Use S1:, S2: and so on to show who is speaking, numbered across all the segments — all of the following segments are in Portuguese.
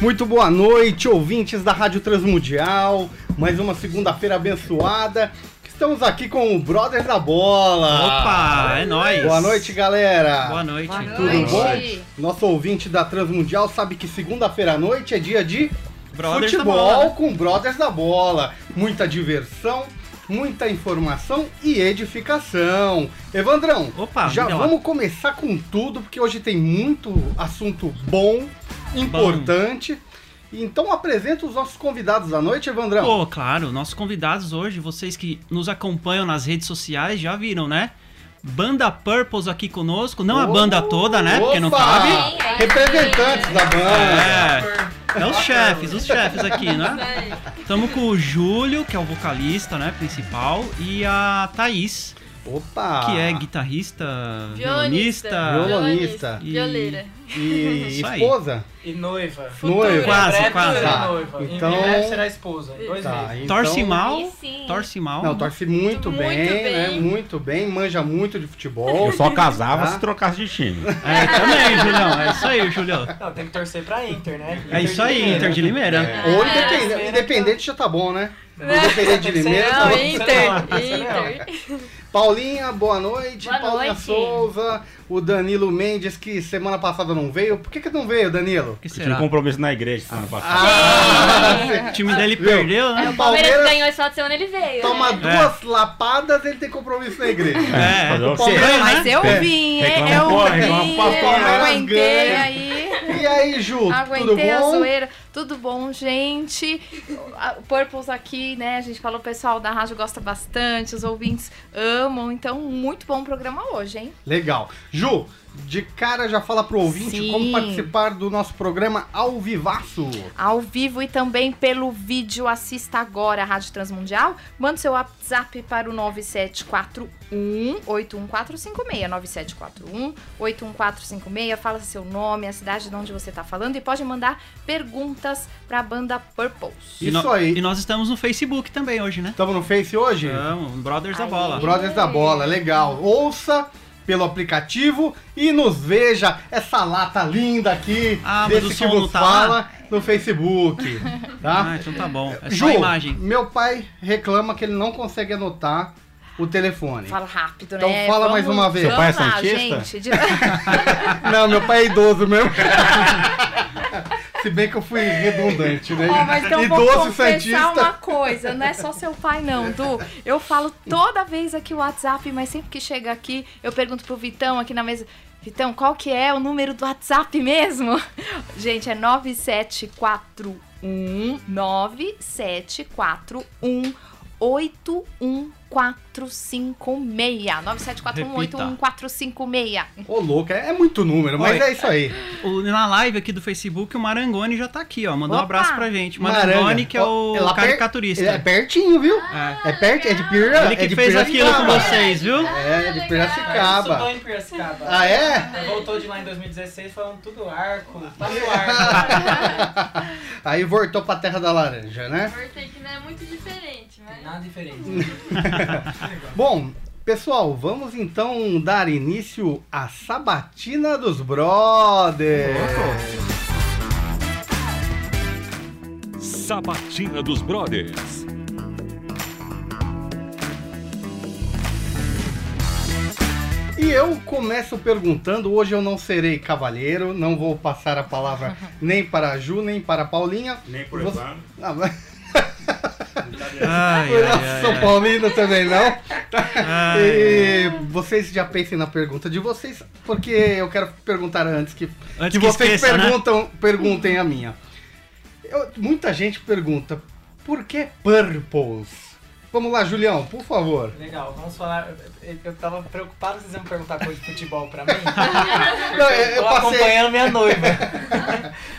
S1: Muito boa noite, ouvintes da Rádio Transmundial. Mais uma segunda-feira abençoada. Estamos aqui com o Brothers da Bola.
S2: Opa, é nóis.
S1: Boa noite, galera.
S2: Boa noite.
S3: Boa
S1: Tudo
S3: noite.
S1: bom? Nosso ouvinte da Transmundial sabe que segunda-feira à noite é dia de
S2: Brothers da
S1: futebol
S2: Bola.
S1: com Brothers da Bola. Muita diversão, muita informação e edificação. Evandrão,
S2: Opa,
S1: já
S2: então, ó.
S1: vamos começar com tudo, porque hoje tem muito assunto bom, importante. Então apresenta os nossos convidados da noite, Evandrão.
S2: Pô, claro, nossos convidados hoje, vocês que nos acompanham nas redes sociais, já viram, né? Banda Purples aqui conosco, não a
S1: Oh,
S2: banda toda, né? Porque não
S1: opa!
S2: cabe.
S1: Representantes da banda.
S2: É, é os chefes, os chefes aqui, né? Tamo com o Júlio, que é o vocalista, né, principal, e a Thaís,
S1: Opa!
S2: que é guitarrista,
S3: Violonista.
S2: violonista,
S1: Ah. Violonista.
S2: E-
S3: Violeira.
S1: E
S2: Isso aí.
S1: esposa?
S4: E noiva.
S1: Noiva.
S2: Quase,
S4: Em breve
S2: quase.
S4: será
S1: Tá,
S4: noiva.
S1: então-
S4: Em breve será esposa. Em dois
S1: Tá,
S4: meses.
S1: então-
S2: torce mal,
S3: E sim.
S2: torce mal.
S1: Não, torce muito,
S3: Muito
S1: bem, né?
S3: bem.
S1: Muito bem, manja muito de futebol.
S5: Eu só casava
S1: Tá?
S5: se trocasse de time.
S2: É, também, Julião, é isso aí, Julião.
S4: Não, tem que torcer pra Inter, né?
S2: É isso aí, Inter de Limeira.
S1: Ou
S3: Ah,
S1: independente,
S4: será?
S1: independente já tá bom, né? Independente de Limeira. tá
S3: Não,
S1: bom.
S3: Inter.
S4: Não,
S3: Inter.
S1: Paulinha, boa noite.
S3: Boa
S1: Paulinha
S3: noite.
S1: Souza, o Danilo Mendes, que semana passada não veio. Por que, que não veio, Danilo?
S2: O que
S5: Eu tive
S2: será?
S5: compromisso na igreja semana passada.
S1: Ah,
S2: O time dele
S1: Viu?
S2: perdeu,
S3: É,
S2: né?
S3: o Palmeiras ganhou esse final de semana, ele veio.
S6: É.
S1: Toma
S3: né?
S1: duas lapadas, ele tem compromisso na igreja.
S2: É,
S5: fazer o quê?
S2: Palmeiras,
S6: Não,
S2: né?
S6: mas eu
S5: É,
S6: vim,
S5: reclama
S6: eu
S5: pro-
S6: vim,
S5: reclama pro
S6: eu
S1: pastor, né?
S6: aguentei
S1: Ganha.
S6: aí,
S1: E aí, Ju, tudo
S6: aguentei a
S1: bom?
S6: zoeira. Tudo bom, gente? A- O Purples aqui, né, a gente falou, o pessoal da rádio gosta bastante, os ouvintes amam, então muito bom o programa hoje, hein?
S1: Legal. Ju, de cara já fala pro ouvinte
S6: Sim.
S1: como participar do nosso programa ao vivaço.
S6: Ao vivo e também pelo vídeo, assista agora a Rádio Transmundial. Manda seu WhatsApp para o 9741 81456, 9741 81456. Fala seu nome, a cidade de onde você está falando e pode mandar perguntas para a banda Purples.
S2: E
S1: Isso
S2: nó-
S1: aí.
S2: E nós estamos no Facebook também hoje, né?
S1: Estamos no Face hoje?
S2: Estamos, Brothers da
S6: Aí.
S2: Bola.
S1: Brothers da Bola, legal. Ouça pelo aplicativo e nos veja essa lata linda aqui
S2: Ah, mas
S1: desse
S2: o
S1: que
S2: som não
S1: vos
S2: tá
S1: fala no Facebook, tá?
S2: Ah, então tá bom. É
S1: Ju,
S2: só a imagem.
S1: meu pai reclama que ele não consegue anotar o telefone.
S6: Fala rápido,
S1: Então
S6: né?
S1: fala mais uma vez.
S5: Seu pai é
S6: vamos lá,
S5: santista?
S6: gente. De-
S1: Não, meu pai é idoso mesmo. Se bem que eu fui redundante, né?
S6: Ó, mas então eu vou
S1: idoso e
S6: confessar
S1: santista.
S6: uma coisa, não é só seu pai não, Du. Eu falo toda vez aqui o WhatsApp, mas sempre que chega aqui, eu pergunto pro Vitão aqui na mesa, Vitão, qual que é o número do WhatsApp mesmo? Gente, é 9741 9741 81456 9741
S2: Repita.
S6: 81456
S1: Ô, louco, é é muito número, mas
S2: Oi.
S1: é isso aí.
S2: O- na live aqui do Facebook, o Marangoni já tá aqui, ó. Mandou um
S6: Opa!
S2: abraço pra gente.
S1: Maranga.
S2: Marangoni, que é o
S1: Ela per-
S2: caricaturista.
S1: Ele é pertinho, viu?
S2: É.
S1: É perto, é de Piracicaba.
S2: Ele
S1: é
S2: que
S1: de
S2: fez aquilo com
S1: Piracicaba.
S2: vocês, viu?
S1: É, é de
S4: Acaba. Estudou
S1: Piracicaba.
S4: em Piracicaba.
S1: Ah, é? Tá
S4: Voltou de lá em 2016 falando um tudo arco, tudo arco.
S1: Aí voltou pra terra da laranja, né?
S3: Vortex não é muito diferente, mas...
S4: Nada diferente.
S1: Bom, pessoal, vamos então dar início à sabatina dos brothers.
S7: Sabatina dos Brothers.
S1: E eu começo perguntando, hoje eu não serei cavalheiro, não vou passar a palavra nem para a Ju, nem para a
S2: Ah.
S1: Paulinha.
S5: Nem por
S1: Você-
S5: Evandro.
S1: Não, mas
S2: Ai, ai, ai,
S1: São
S2: ai.
S1: Paulino também não.
S2: Ai.
S1: E vocês já pensem na pergunta de vocês, porque eu quero perguntar antes que,
S2: Antes
S1: que
S2: que
S1: vocês
S2: esqueça, né?
S1: perguntam, perguntem a minha. Eu- muita gente pergunta, por que Purples? Vamos lá, Julião, por favor.
S4: Legal, vamos falar. Eu, eu tava preocupado se vocês iam perguntar coisa de futebol pra mim.
S1: Não, eu, eu
S4: tô
S1: passei,
S4: acompanhando minha noiva. Mas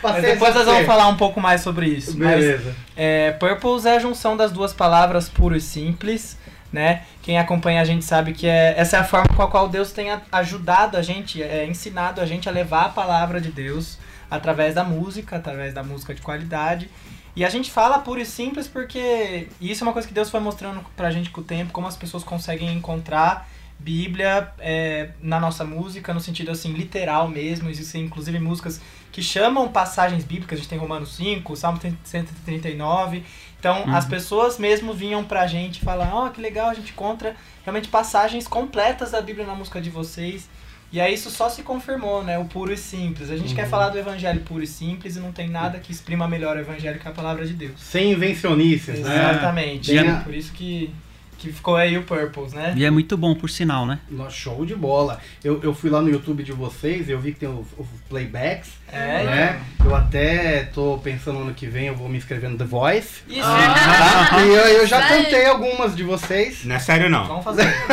S1: passei
S4: depois
S1: essa
S4: nós vamos
S1: pra
S4: falar um pouco mais sobre isso.
S1: você.
S4: Mas
S1: Beleza.
S4: É, Purples é a junção das duas palavras puro e simples, né? Quem acompanha a gente sabe que é, essa é a forma com a qual Deus tem a- ajudado a gente, é, ensinado a gente a levar a palavra de Deus através da música, através da música de qualidade. E a gente fala puro e simples porque isso é uma coisa que Deus foi mostrando pra gente com o tempo, como as pessoas conseguem encontrar Bíblia é, na nossa música, no sentido assim, literal mesmo. Existem inclusive músicas que chamam passagens bíblicas, a gente tem Romanos 5, Salmo 139. Então, as pessoas mesmo vinham pra gente falar: "Ó, que legal, a gente encontra realmente passagens completas da Bíblia na música de vocês". E aí isso só se confirmou, né? O puro e simples. A gente quer falar do evangelho puro e simples e não tem nada que exprima melhor o evangelho que a palavra de Deus.
S1: Sem invencionices, né?
S4: Exatamente.
S1: Tem
S4: É
S1: a-
S4: Por isso que que ficou aí o Purples, né?
S2: E é muito bom, por sinal, né?
S1: Nossa, Show de bola. Eu, eu fui lá no YouTube de vocês, eu vi que tem os, os playbacks,
S4: É.
S1: né? Eu até tô pensando ano que vem, eu vou me inscrever no The Voice.
S4: Isso.
S1: Tá? E eu, eu já
S3: Vai.
S1: cantei algumas de vocês.
S5: Não é sério,
S2: Ah.
S5: não.
S4: então Vamos fazer.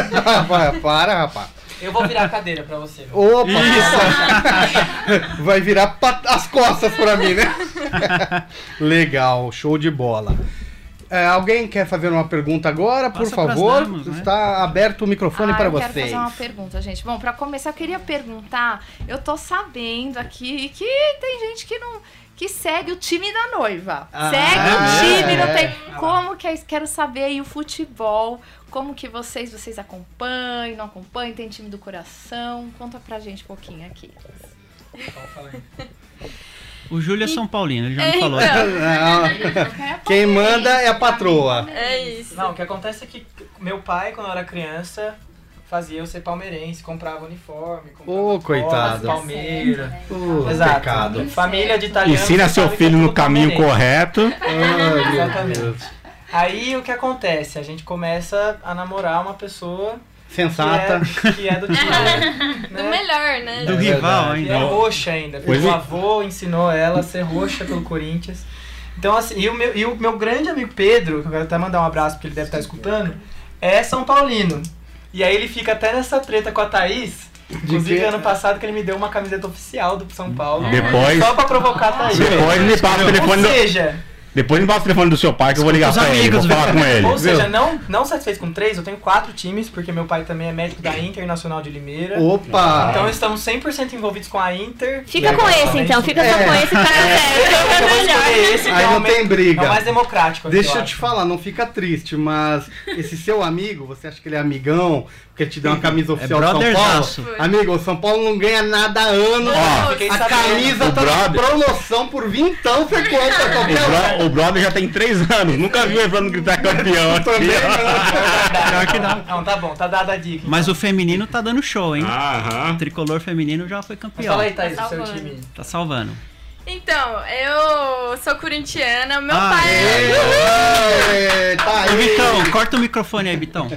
S1: Para, para, rapaz.
S4: Eu vou virar a cadeira pra você. meu.
S1: Opa! Vai virar pat- as costas pra mim, né? Legal, show de bola. É, alguém quer fazer uma pergunta agora, por
S2: Passa pras
S1: favor?
S2: damas, né?
S1: Está aberto o microfone
S6: Ah,
S1: para
S6: eu
S1: vocês.
S6: quero fazer uma pergunta, gente. Bom, pra começar, eu queria perguntar. Eu tô sabendo aqui que tem gente que não que segue o time da noiva.
S1: Ah,
S6: segue o time,
S1: é.
S6: não tem. Como que é isso? Quero saber aí o futebol. Como que vocês, vocês acompanham, não acompanham? Tem time do coração? Conta pra gente um pouquinho aqui.
S2: O Júlio é São Paulino, ele já me
S3: É,
S2: falou.
S3: então.
S1: Não, Quem manda é a patroa.
S3: É isso.
S4: Não, o que acontece é que meu pai, quando eu era criança, fazia eu ser palmeirense, comprava uniforme, comprava
S1: Ô,
S4: bolas,
S1: coitado.
S4: Palmeiras.
S1: Ô,
S4: Exato.
S1: pecado.
S4: Família de italianos.
S5: Ensina
S4: que
S5: seu
S4: sabe que é
S5: filho no
S4: tudo
S5: caminho
S4: palmeirense.
S5: correto.
S1: Ai, meu
S4: Exatamente.
S1: Deus.
S4: Aí o que acontece? A gente começa a namorar uma pessoa que
S1: Sensata.
S4: é, que é do time.
S3: Do
S4: né?
S3: melhor, né?
S2: Do
S1: É
S2: rival
S1: verdade.
S4: E
S2: ainda.
S4: é roxa ainda. porque
S5: Pois
S4: o
S5: é.
S4: avô ensinou ela a ser roxa pelo Corinthians. Então, assim, e o meu, e o meu grande amigo Pedro, que eu quero até mandar um abraço porque ele deve estar escutando, é São Paulino. E aí ele fica até nessa treta com a Thaís. Inclusive,
S1: quê?
S4: ano passado que ele me deu uma camiseta oficial do São Paulo.
S5: Depois-
S4: Só pra provocar a Thaís.
S5: Depois me passa o
S4: Ou
S5: telefone do,
S4: seja,
S5: depois me passa o telefone do seu pai que eu vou ligar
S2: os
S5: pra ele,
S2: amigos,
S5: vou falar com ele.
S4: Ou seja,
S5: viu?
S4: não, não satisfeito com três, eu tenho quatro times, porque meu pai também é médico da Internacional de
S2: é
S4: Limeira.
S1: Opa!
S4: Então estamos 100% envolvidos com a Inter.
S8: Fica com esse então, fica só
S1: É.
S8: com esse para
S4: Eu vou
S8: é.
S4: escolher esse, que
S1: Aí
S4: é o
S1: não
S4: me-
S1: tem briga.
S4: É o mais democrático.
S1: Deixa
S4: eu
S1: eu te falar, não fica triste, mas esse seu amigo, você acha que ele é amigão, porque ele te deu uma camisa oficial do São Paulo?
S2: brotherzaço.
S1: Amigo, o São Paulo não ganha nada há anos.
S5: Ó,
S4: Fiquei
S1: a
S4: sabendo.
S1: camisa
S5: O
S1: tá na
S5: brother-
S1: promoção por vintão, você conta
S5: O,
S1: qualquer um. lugar.
S5: bro- o brother já tem três anos, nunca viu o Evandro gritar campeão aqui,
S1: Também
S5: ó.
S4: Pior que não. Não, tá bom, tá dada a dica.
S2: Mas o feminino tá dando show, hein?
S5: Aham.
S2: O tricolor feminino já foi
S4: Mas
S2: campeão.
S4: então. fala aí, Thaís,
S3: Tá
S4: o seu
S3: salvando.
S4: time.
S2: Tá salvando.
S3: Então, eu sou corintiana, meu
S2: Ah,
S3: pai é.
S1: É, tá
S2: Ô,
S1: aí.
S2: Vitão, corta o microfone aí, Vitão.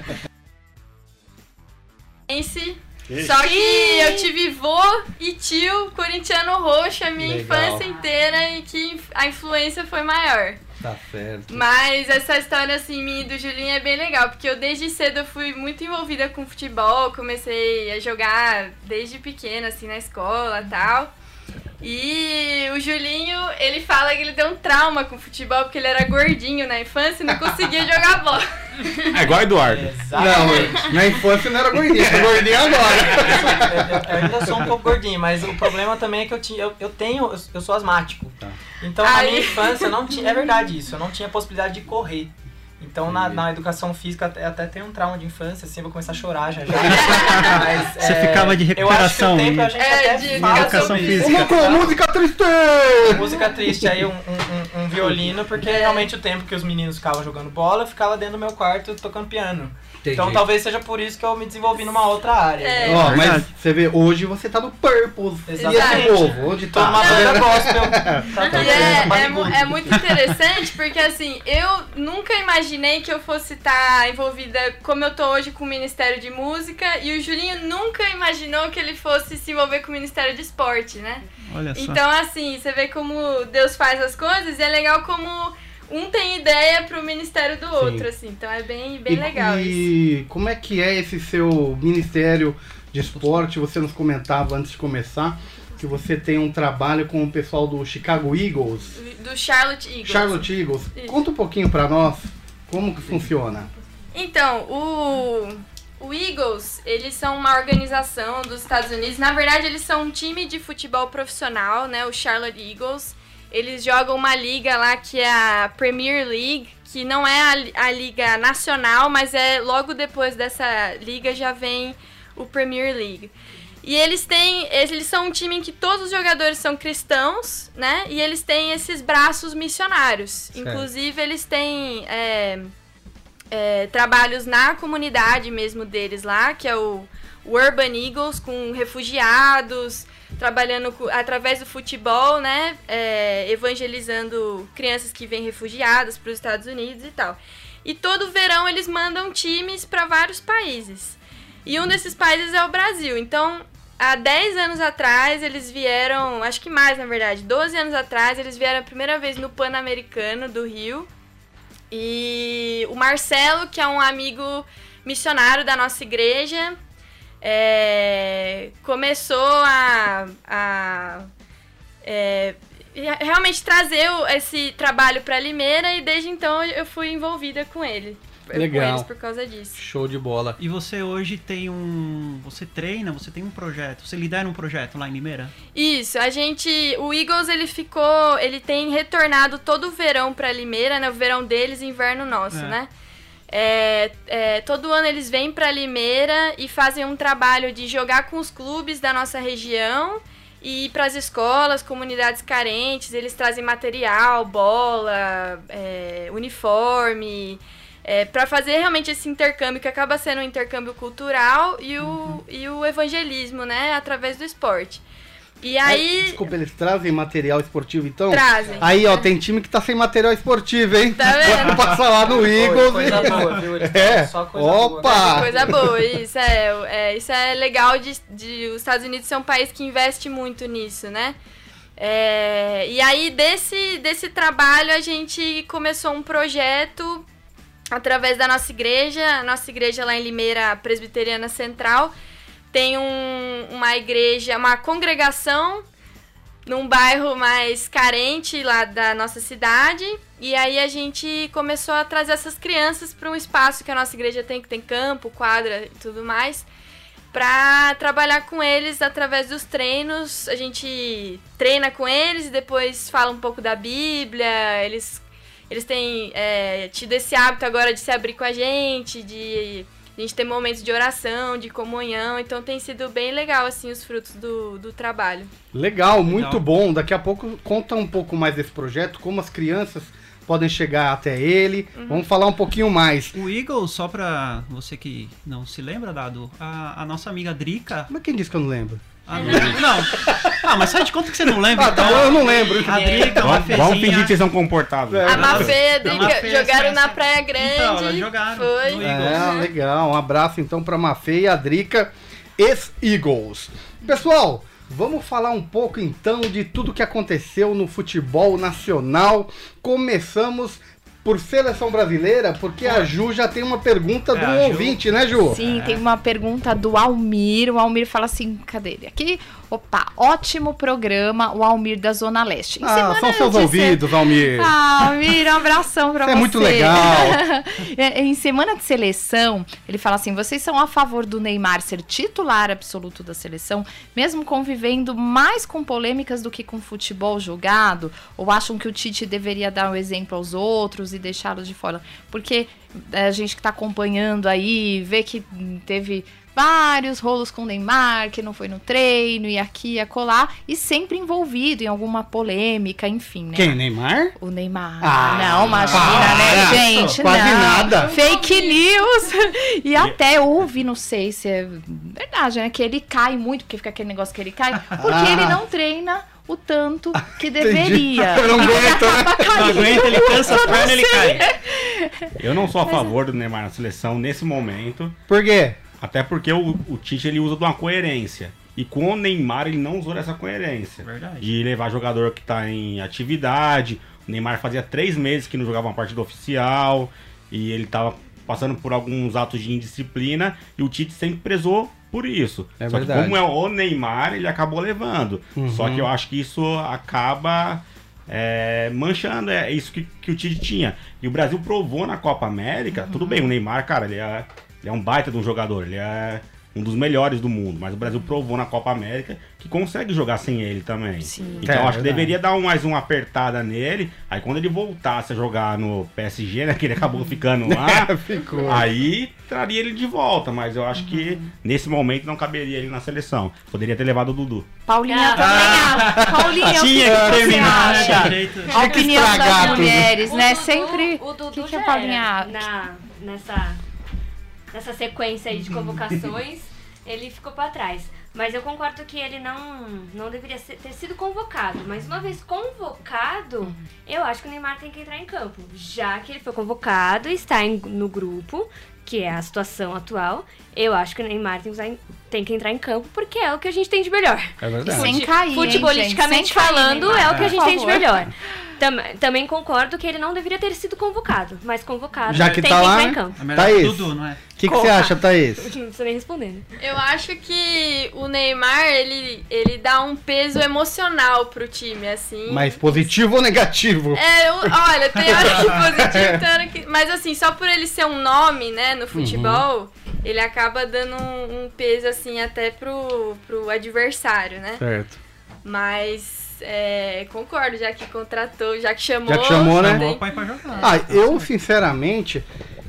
S3: Corinthians. Só que eu tive vô e tio corintiano roxo a minha
S1: Legal.
S3: infância inteira e que a influência foi maior.
S1: Tá certo.
S3: Mas essa história assim minha e do Julinho é bem legal, porque eu desde cedo eu fui muito envolvida com futebol, comecei a jogar desde pequena assim na escola, tal. E o Julinho, ele fala que ele deu um trauma com futebol porque ele era gordinho na infância e não conseguia jogar bola.
S5: É igual o Eduardo.
S4: Exato.
S1: Não, na infância eu não era gordinho, tô gordinho agora.
S4: Eu, eu- eu ainda sou um pouco gordinho, mas o problema também é que eu, tinha, eu, eu tenho, eu, eu sou asmático.
S2: Tá.
S4: Então na
S3: Aí.
S4: minha infância eu não tinha, é verdade isso, eu não tinha possibilidade de correr. Então na, na educação física até, até tem um trauma de infância, assim, eu vou começar a chorar já já. Mas, é,
S2: Você ficava de
S4: Eu
S2: recuperação
S4: acho que o tempo
S2: e-
S4: a gente
S3: É,
S4: até
S3: de
S4: fala
S2: educação
S4: sobre
S2: física.
S4: isso.
S1: Uma com música triste!
S4: Música triste aí, um, um- um- um violino, porque
S3: É.
S4: realmente o tempo que os meninos ficavam jogando bola, eu ficava dentro do meu quarto tocando piano. Então talvez seja por isso que eu me desenvolvi numa outra área.
S3: É.
S4: né?
S1: Ó, mas
S2: Verdade.
S1: você vê, hoje você tá no Purpose. E
S4: Exatamente.
S1: esse povo, onde
S4: Tô
S1: tá?
S4: numa banda gospel. Tá
S3: E
S4: tocando
S3: é, é, mu-
S4: barrigudo.
S3: é muito interessante porque assim, eu nunca imaginei que eu fosse estar envolvida como eu tô hoje com o Ministério de Música e o Julinho nunca imaginou que ele fosse se envolver com o Ministério de Esporte, né?
S2: Olha só.
S3: Então assim, você vê como Deus faz as coisas e é legal como um tem ideia pro ministério do outro,
S1: Sim.
S3: assim. Então é bem, bem
S1: e,
S3: legal isso.
S1: E como é que é esse seu ministério de esporte? Você nos comentava antes de começar que você tem um trabalho com o pessoal do Chicago Eagles,
S3: Do Charlotte Eagles.
S1: Charlotte Eagles.
S3: Isso.
S1: Conta um pouquinho pra nós como que funciona.
S3: Então, o, o Eagles, eles são uma organização dos Estados Unidos. Na verdade, eles são um time de futebol profissional, né? O Charlotte Eagles. Eles jogam uma liga lá que é a Premier League, que não é a li- a, liga nacional, mas é logo depois dessa liga já vem o Premier League. E eles têm, eles são um time em que todos os jogadores são cristãos, né? E eles têm esses braços missionários. Inclusive, eles têm é, é, trabalhos na comunidade mesmo deles lá, que é o Urban Eagles, com refugiados, trabalhando co- através do futebol, né? é, evangelizando crianças que vêm refugiadas para os Estados Unidos e tal. E todo verão eles mandam times para vários países. E um desses países é o Brasil. Então, há 10 anos atrás, eles vieram, acho que mais na verdade, 12 anos atrás, eles vieram a primeira vez no Pan-Americano do Rio. E o Marcelo, que é um amigo missionário da nossa igreja, é, começou a, a, é, realmente trazer o- esse trabalho para Limeira e desde então eu fui envolvida com ele.
S1: Legal.
S3: Com eles por causa disso.
S1: Show de bola.
S2: E você hoje tem um. Você treina, você tem um projeto, você lidera um projeto lá em Limeira?
S3: Isso, a gente, o Eagles ele ficou, ele tem retornado todo o verão pra Limeira, né? O verão deles, e inverno nosso,
S2: É.
S3: né? É, é, todo ano eles vêm pra Limeira e fazem um trabalho de jogar com os clubes da nossa região e ir pras escolas, comunidades carentes. Eles trazem material, bola, é, uniforme, é, para fazer realmente esse intercâmbio que acaba sendo um intercâmbio cultural e o, e o evangelismo, né? Através do esporte. E
S1: Ah,
S3: aí
S1: Desculpa, eles trazem material esportivo então?
S3: trazem.
S1: Aí, ó, tem time que tá sem material esportivo, hein?
S3: Tá
S1: Pode
S3: vendo?
S1: passar lá no Eagles.
S4: Foi, coisa
S1: hein?
S4: boa, viu? Eles
S1: É.
S4: falam Só coisa boa. né?
S1: Opa!
S3: Coisa boa, isso é, é, isso é legal de, de- os Estados Unidos ser um país que investe muito nisso, né? É, e aí desse, desse trabalho a gente começou um projeto através da nossa igreja, a nossa igreja lá em Limeira Presbiteriana Central tem um- uma igreja, uma congregação num bairro mais carente lá da nossa cidade. E aí a gente começou a trazer essas crianças para um espaço que a nossa igreja tem, que tem campo, quadra e tudo mais, para trabalhar com eles através dos treinos. A gente treina com eles e depois fala um pouco da Bíblia. Eles, eles têm é, tido esse hábito agora de se abrir com a gente, de a gente ter momentos de oração, de comunhão. Então tem sido bem legal assim os frutos do, do trabalho.
S1: Legal, muito
S2: Legal.
S1: bom. Daqui a pouco conta um pouco mais desse projeto, como as crianças podem chegar até ele.
S2: Uhum.
S1: Vamos falar um pouquinho mais.
S2: O Eagles, só pra você que não se lembra, Dado, a, a nossa amiga Drica.
S1: Como é quem disse que eu não lembro?
S2: a-
S3: É.
S2: não. Ah, mas sai de conta que você não lembra. então.
S1: Ah, tá bom, eu não lembro.
S2: A Drica, é uma
S5: Vamos, vamos fingir que
S2: fezinha.
S5: vocês são comportados.
S1: É.
S3: A Mafê,
S2: Não,
S3: Drica,
S2: Mafê,
S3: jogaram
S2: essa-
S3: na Praia Grande.
S2: Então, elas jogaram
S3: Foi.
S2: no Eagles.
S1: É, legal. Um abraço então pra Mafê e a Drica, ex-Eagles. Pessoal, vamos falar um pouco então de tudo que aconteceu no futebol nacional. Começamos por seleção brasileira, porque a Ju já tem uma pergunta
S2: É,
S1: do
S2: a Ju-
S1: ouvinte, né, Ju?
S6: Sim, tem uma pergunta do Almir. O Almir fala assim: cadê ele? Aqui, opa, ótimo programa, o Almir da Zona Leste. Em
S1: Ah,
S6: semana
S1: são seus
S6: de se-
S1: ouvidos, Almir.
S6: Ah, Almir, um abração pra
S1: Isso
S6: você.
S1: é muito legal.
S6: É, em semana de seleção, ele fala assim: vocês são a favor do Neymar ser titular absoluto da seleção, mesmo convivendo mais com polêmicas do que com futebol jogado? Ou acham que o Tite deveria dar um exemplo aos outros e deixá-los de fora? Porque é, a gente que tá acompanhando aí, vê que hum, teve. Vários rolos com o Neymar, que não foi no treino, e aqui, e acolá, e sempre envolvido em alguma polêmica, enfim, né?
S1: Quem, Neymar?
S6: O Neymar.
S1: Ah,
S6: não, imagina,
S1: para.
S6: né, gente?
S1: Quase
S6: não.
S1: nada.
S6: Fake news. E até houve, não sei se é verdade, né? Que ele cai muito, porque fica aquele negócio que ele cai, porque
S1: Ah.
S6: ele não treina o tanto que deveria.
S1: Eu não aguento, né?
S6: Acaba
S2: Não
S6: caindo.
S2: aguenta, ele cansa as pernas ele cai.
S5: Eu não sou a favor do Neymar na seleção nesse momento,
S1: Por quê?
S5: até porque o, o Tite ele usa de uma coerência. E com o Neymar ele não usou dessa coerência.
S2: É Verdade.
S5: De levar jogador que tá em atividade, O Neymar fazia três meses que não jogava uma partida oficial e ele tava passando por alguns atos de indisciplina e o Tite sempre prezou por isso.
S1: É
S5: Só
S1: verdade. Uhum.
S5: que como é o Neymar, ele acabou levando. Só que eu acho que isso acaba é, manchando é isso que, que o Tite tinha. E o Brasil provou na Copa América, tudo bem, o Neymar, cara, ele é, ele é um baita de um jogador, ele é um dos melhores do mundo, mas o Brasil provou na Copa América que consegue jogar sem ele também.
S6: Sim.
S5: Então
S1: É,
S5: eu acho que
S1: verdade.
S5: deveria dar um- mais uma apertada nele, aí quando ele voltasse a jogar no PSG, né, que ele acabou ficando lá,
S1: Ficou.
S5: Aí traria ele de volta, mas eu acho que nesse momento não caberia ele na seleção. Poderia ter levado o Dudu.
S6: Paulinha também. ah, Paulinha, o que
S5: Tinha que
S6: você
S5: terminar,
S6: acha?
S2: né? Direito.
S6: A opinião
S1: estragar
S6: das
S1: tudo.
S6: mulheres,
S8: O
S6: né?
S8: Dudu-
S6: Sempre.
S8: O Dudu
S6: que que
S8: já
S6: a Paulinha
S8: era né?
S6: acha?
S8: na, nessa, nessa sequência aí de convocações, ele ficou pra trás. Mas eu concordo que ele não, não deveria ser- ter sido convocado. Mas uma vez convocado, eu acho que o Neymar tem que entrar em campo. Já que ele foi convocado e está em- no grupo, que é a situação atual, eu acho que o Neymar tem que, usar em- tem que entrar em campo porque é o que a gente tem de melhor.
S1: É verdade.
S6: Sem cair, hein,
S8: Futebolisticamente
S6: gente? Sem cair,
S8: falando,
S6: Neymar.
S8: é o que a gente
S6: Por
S8: tem de
S6: favor.
S8: melhor. Tam- também concordo que ele não deveria ter sido convocado, mas convocado
S1: Já que
S8: tem
S1: tá
S8: que
S1: lá,
S8: entrar
S1: né?
S8: em campo.
S2: É melhor
S1: Thaís. Né?
S2: que Dudu, não é?
S1: O que, que você acha, Thaís?
S8: Não precisa nem responder, né?
S3: Eu acho que o Neymar, ele, ele dá um peso emocional pro time, assim.
S1: Mas positivo ou negativo?
S3: É, eu- olha, tem hora que positivo, tem hora que. Mas assim, só por ele ser um nome, né,
S1: Uhum.
S3: no futebol, ele acaba dando um, um peso, assim, até pro, pro adversário, né?
S1: Certo.
S3: Mas é, concordo, já que contratou, já que chamou.
S1: Já que chamou, né?
S2: Chamou
S3: tem-
S2: o pai Tá pra jogar.
S1: Ah, eu sinceramente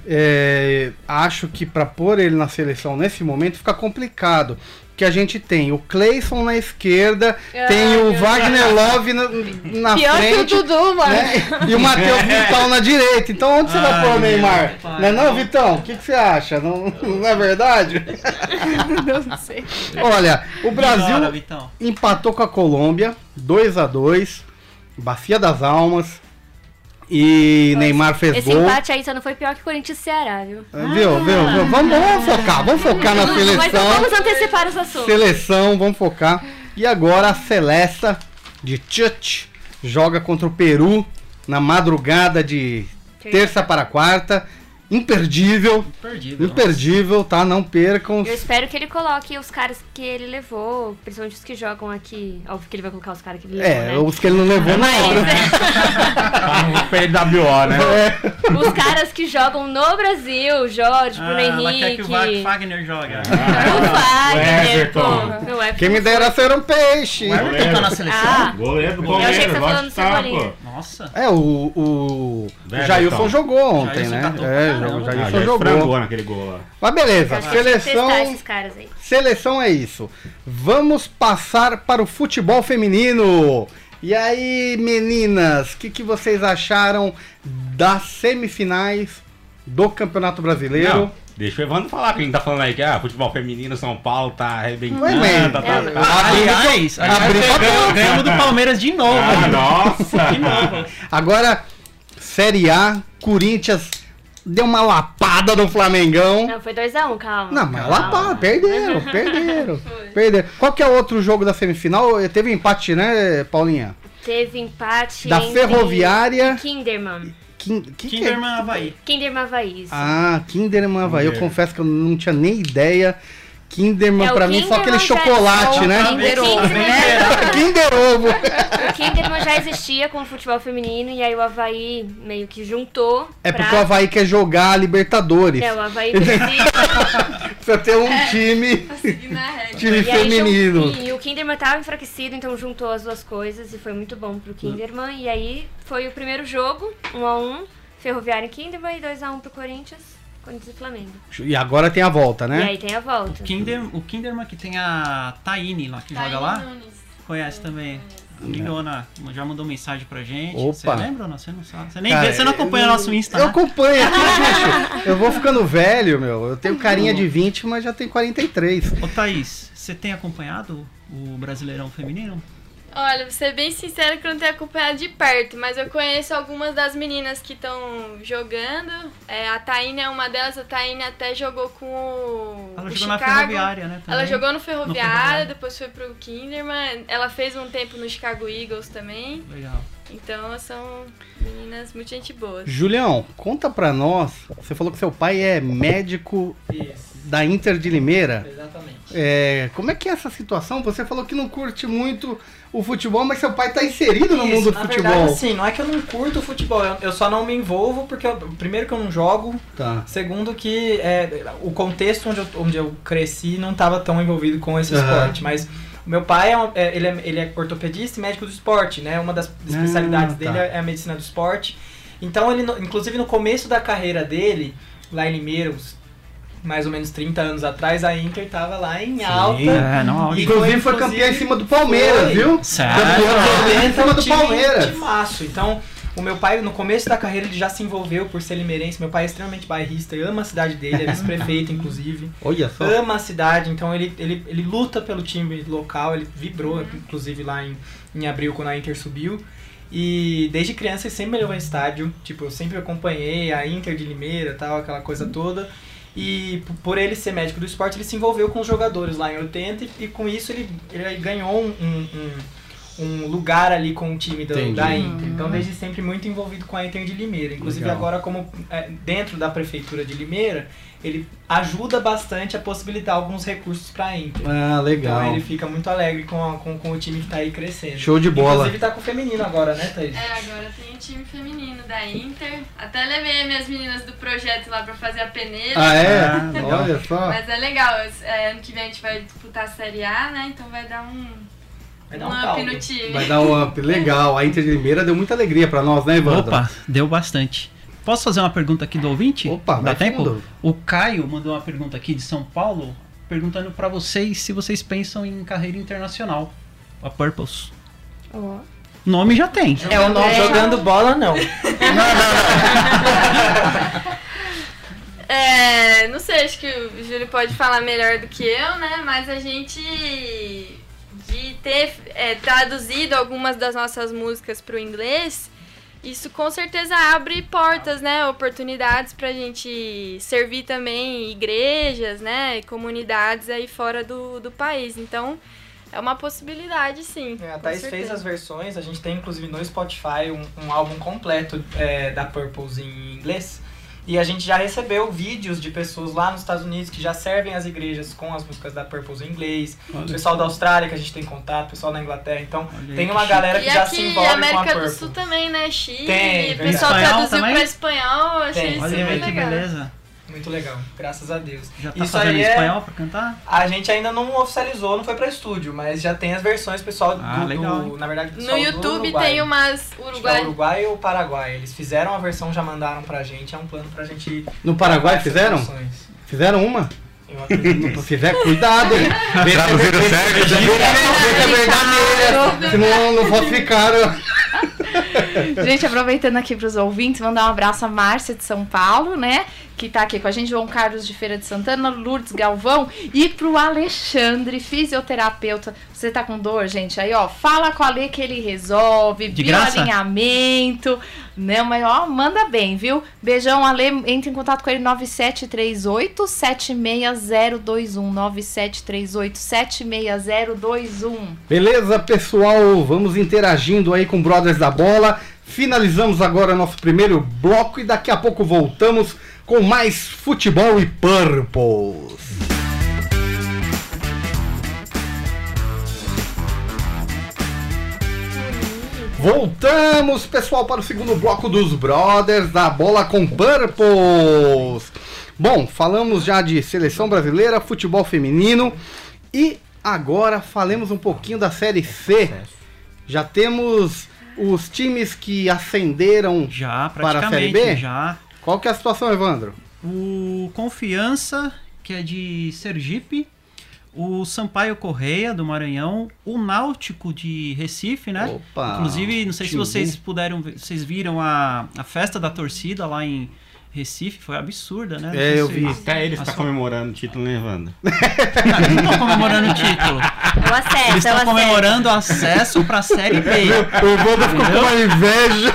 S1: é, acho que pra pôr ele na seleção nesse momento fica complicado. Que a gente tem o Cleison na esquerda, tem o Wagner Love na, na
S6: Pior
S1: frente.
S6: que o Dudu, mano.
S1: né? E o Matheus Vital na direita. Então onde você vai
S2: Ai,
S1: pôr o
S2: meu
S1: Neymar?
S2: pai.
S1: Não é não, Vitão? O que, que você acha? Não, não é verdade?
S6: Eu não sei.
S1: Olha, o
S2: Ignora,
S1: Brasil
S2: Vitão.
S1: empatou com a Colômbia, 2 a 2 Bacia das Almas. E Neymar fez
S8: Esse
S1: gol. É,
S8: empate aí só não foi pior que Corinthians e Ceará, viu?
S1: Viu, viu, viu? Vamos, vamos focar, vamos focar Tá na
S8: Mas não vamos
S1: seleção.
S8: antecipar os assuntos.
S1: Seleção, vamos focar. E agora a Celesta de Tchutch joga contra o Peru na madrugada de terça para quarta. Imperdível,
S2: Imperdível.
S1: imperdível, tá? Não percam.
S8: Eu espero que ele coloque os caras que ele levou, principalmente os que jogam aqui. Óbvio que ele vai colocar os caras que ele levou,
S1: É,
S8: né? é.
S1: os que ele não levou na hora. Tá
S5: Pra ele WO, né?
S1: É,
S8: Os caras que jogam no Brasil, Jorge, Bruno
S2: Ah, ela quer
S8: Henrique.
S2: que o né? Wag- Fagner joga.
S1: Ah,
S8: O Wagner,
S5: Everton.
S8: pô. Não é
S1: Quem me dera ser um peixe.
S4: O Everton tá na seleção?
S8: Ah,
S5: Goleiro do
S8: Eu achei que
S5: Palmeiras,
S8: você
S5: lógico que
S8: tava
S5: tá,
S8: falando do
S5: pô.
S2: Nossa.
S1: É, o, o
S5: Everton.
S1: Jailson jogou ontem,
S2: Jailson
S1: né?
S2: catou pra
S1: É,
S2: caramba.
S1: o
S5: Ah,
S1: Jailson
S5: já
S1: jogou.
S5: frangou naquele gol lá.
S1: Mas
S8: eu
S1: beleza,
S8: acho que tem que
S1: seleção.
S8: testar esses caras aí.
S1: Seleção é isso. Vamos passar para o futebol feminino. E aí, meninas, o que, que vocês acharam das semifinais do Campeonato Brasileiro?
S5: Não, deixa o Evandro falar, que ele tá falando aí que ah, futebol feminino, São Paulo tá arrebentando,
S1: Ué, ué.
S5: tá, tá,
S8: É
S5: tá.
S2: Ah, Aliás,
S1: Ah, Abriu né?
S2: aliás,
S1: pra
S2: ganhamos do Palmeiras de novo.
S5: Ah, nossa!
S1: Agora, Série A, Corinthians deu uma lapada no Flamengão.
S8: Não, foi 2x1, calma.
S1: Não, mas
S8: calma.
S1: lapada, perderam, perderam, perderam. Qual que é o outro jogo da semifinal? Eh, Teve empate, né, Paulinha?
S8: Teve empate
S1: Da
S8: entre
S1: Ferroviária.
S8: Kinderman.
S1: Quem, que que é?
S2: Kinderman Havaí.
S8: Kinderman Havaí. isso.
S1: Ah, Kinderman, vai. Eu
S5: Kinder.
S1: confesso que eu não tinha nem ideia. Kinderman,
S8: É, o
S1: pra mim, só aquele
S8: Kinderman já
S1: chocolate,
S8: é
S1: né?
S8: bom.
S6: Kinder Ovo,
S8: Kinder É.
S6: né?
S1: Kinder Ovo.
S8: O Kinderman já existia com o futebol feminino e aí o Havaí meio que juntou.
S1: É
S8: pra...
S1: porque o Havaí quer jogar a Libertadores.
S8: É, o Havaí precisa.
S1: Precisa ter um time,
S3: Tá seguindo a regra.
S1: time
S8: e, aí,
S1: feminino.
S8: jun- e o Kinderman tava enfraquecido, então juntou as duas coisas e foi muito bom pro Kinderman. E aí foi o primeiro jogo, 1x1, Ferroviária e Kinderman e 2x1 pro Corinthians, Corinthians e Flamengo.
S1: E agora tem a volta,
S8: E
S1: né?
S8: aí tem a volta.
S2: Kinder, o Kinderman que tem a Taine lá, que joga lá. Conhece também. Amigona, já mandou mensagem pra gente.
S1: Opa.
S2: Você lembra ou não? Você não sabe. Você nem
S1: Cara,
S2: vê, você não acompanha
S1: eu-
S2: nosso Insta,
S1: Eu
S2: né?
S1: acompanho aqui, bicho. Eu vou ficando velho, meu. Eu tenho carinha de 20, mas já tenho 43.
S2: Ô Thaís, você tem acompanhado o Brasileirão Feminino?
S3: Olha, vou ser bem sincero que eu não tenho acompanhado de perto, mas eu conheço algumas das meninas que estão jogando. É, a Taina é uma delas, a Taina até jogou com o.
S2: Ela
S3: o
S2: jogou na
S3: Chicago.
S2: ferroviária, né?
S3: Ela
S2: também.
S3: jogou no ferroviário,
S2: Ferroviária.
S3: depois foi pro Kinderman. Ela fez um tempo no Chicago Eagles também.
S2: Legal.
S3: Então são meninas muito gente boas.
S1: Julião, conta pra nós. Você falou que seu pai é médico
S4: Isso,
S1: da Inter de Limeira.
S4: exatamente.
S1: É, como é que é essa situação? Você falou que não curte muito o futebol, mas seu pai tá inserido no
S4: Isso,
S1: mundo do
S4: na
S1: futebol.
S4: Verdade, assim, não é que eu não curto futebol, eu, eu só não me envolvo porque, eu- primeiro, que eu não jogo,
S1: Tá.
S4: segundo, que é, o contexto onde eu, onde eu cresci não estava tão envolvido com esse
S1: Aham.
S4: esporte, mas. o Meu pai é, um- é- ele é, ele é ortopedista e médico do esporte, né? Uma das especialidades
S1: tá.
S4: dele é a medicina do esporte. Então, ele, no- inclusive no começo da carreira dele, lá em Limeira, uns mais ou menos 30 anos atrás, a Inter tava lá em alta.
S2: É, não,
S4: E-
S2: áudio.
S1: Inclusive foi campeã em cima do Palmeiras,
S4: Foi.
S1: viu?
S2: Sério?
S1: Campeão Ah, tá. em cima do
S4: time
S1: Palmeiras.
S4: de maço. Então, o meu pai, no começo da carreira, ele já se envolveu por ser limeirense. Meu pai é extremamente bairrista, ama a cidade dele, é vice-prefeito, inclusive.
S1: Olha só.
S4: Ama a cidade, então ele, ele, ele luta pelo time local, ele vibrou,
S1: Uhum.
S4: inclusive, lá em, em abril, quando a Inter subiu. E desde criança ele sempre levou ao estádio, tipo, eu sempre acompanhei a Inter de Limeira tal, aquela
S1: Uhum.
S4: coisa toda. E p- por ele ser médico do esporte, ele se envolveu com os jogadores lá em 80 e, e com isso ele, ele ganhou um, um- um- um lugar ali com o time da,
S1: Entendi. Uhum.
S4: da Inter. Então desde sempre muito envolvido com a Inter de Limeira. Inclusive
S1: Legal.
S4: agora como é, dentro da prefeitura de Limeira, ele ajuda bastante a possibilitar alguns recursos para a Inter.
S1: Ah, legal.
S4: Então ele fica muito alegre com, a- com, com o time que tá aí crescendo.
S1: Show de bola.
S4: Inclusive tá com o feminino agora, né, Thaís?
S3: É, agora tem o time feminino da Inter. Até levei minhas meninas do projeto lá pra fazer a peneira.
S1: Ah, é?
S2: Ah, legal.
S1: Olha só.
S3: Mas é legal, é, ano que vem a gente vai disputar a Série A, né? Então vai dar um,
S4: Vai dar
S3: um
S4: um
S3: up
S4: caldo.
S3: no time.
S1: Vai dar um up. Legal. A Inter de Limeira deu muita alegria pra nós, né, Evandro?
S2: Opa, deu bastante. Posso fazer uma pergunta aqui do ouvinte?
S1: Opa,
S2: Dá
S1: vai
S2: tempo?
S1: fundo.
S2: O Caio mandou uma pergunta aqui de São Paulo, perguntando pra vocês se vocês pensam em carreira internacional. A Purpose. Nome já tem.
S4: É o nome jogando bola, não.
S3: É, não sei, acho que o Júlio pode falar melhor do que eu, né? Mas a gente de ter é, traduzido algumas das nossas músicas pro inglês, isso com certeza abre portas, né? Oportunidades pra gente servir também igrejas, né? E comunidades aí fora do, do país. Então, é uma possibilidade, sim.
S4: É, a
S3: com
S4: Thaís fez
S3: certeza.
S4: as versões, a gente tem inclusive no Spotify um, um álbum completo é, da Purples em inglês. E a gente já recebeu vídeos de pessoas lá nos Estados Unidos que já servem as igrejas com as músicas da Purples em inglês. O pessoal da Austrália que a gente tem contato, o pessoal da Inglaterra. Então
S2: Olha aí,
S4: tem
S2: que
S4: uma
S2: chique.
S4: galera que
S3: E
S4: já se
S3: aqui,
S4: envolve com a
S3: América do
S4: Purples.
S3: Sul também, né? Chile,
S4: Tem,
S3: o pessoal
S2: verdade. Espanhol
S3: traduziu pra
S2: também?
S3: espanhol, achei
S4: Tem.
S3: isso
S2: Olha aí,
S3: bem
S2: que
S3: legal.
S2: beleza.
S4: Muito legal, graças a Deus.
S2: Já tá
S4: Isso
S2: fazendo
S4: aí
S2: em
S4: é-
S2: espanhol pra cantar?
S4: A gente ainda não oficializou, não foi pra estúdio, mas já tem as versões pessoal do,
S2: Ah,
S4: do-
S2: legal.
S4: na verdade,
S3: No
S4: pessoal do
S3: YouTube
S4: Uruguai.
S3: tem umas
S4: Acho que é
S3: Uruguai.
S4: Uruguai ou Paraguai. Eles fizeram a versão, já mandaram pra gente. É um plano pra gente.
S1: No Paraguai fizeram?
S4: Essas versões.
S1: Fizeram uma?
S4: Eu acredito.
S1: Não fizer, cuidado, hein? Vê se é
S9: Traduziram
S1: ver-
S9: certo,
S1: vê se é verdadeira. Se não, não falsificaram.
S6: Gente, aproveitando aqui para os ouvintes, mandar um abraço à Márcia de São Paulo, né? Que tá aqui com a gente, João Carlos de Feira de Santana, Lourdes Galvão e pro Alexandre, fisioterapeuta. Você tá com dor, gente? Aí, ó, fala com a Lê que ele resolve,
S2: De graça?
S6: bioalinhamento, né? Mas, ó, manda bem, viu? Beijão, Ale, entre em contato com ele 9738 76021, 9738 76021.
S1: Beleza, pessoal? Vamos interagindo aí com Brothers da Bola. Finalizamos agora nosso primeiro bloco e daqui a pouco voltamos com mais futebol e purples. Voltamos, pessoal, para o segundo bloco dos Brothers da Bola com Purples. Bom, falamos já de seleção brasileira, futebol feminino e agora falemos um pouquinho da Série C. Já temos os times que ascenderam.
S2: Já,
S1: Para a
S2: praticamente.
S1: Série B?
S2: Já.
S1: Qual que é a situação, Evandro?
S2: O Confiança, que é de Sergipe. O Sampaio Correia, do Maranhão. O Náutico, de Recife, né?
S1: Opa!
S2: Inclusive, não sei se
S1: time
S2: vocês puderam ver, vocês viram a, a festa da torcida lá em, Recife foi absurda, né? Não
S1: É,
S2: sei
S1: eu
S2: se-
S1: vi.
S5: Até ele
S2: A
S5: está
S2: sua-
S5: comemorando o título, né, Wanda?
S2: Cara, Ah, eles não estão comemorando o título.
S8: Eu acesso,
S2: Eles
S8: eu
S2: estão
S8: acesso.
S2: comemorando o acesso pra Série B.
S1: O Wanda ficou com uma inveja.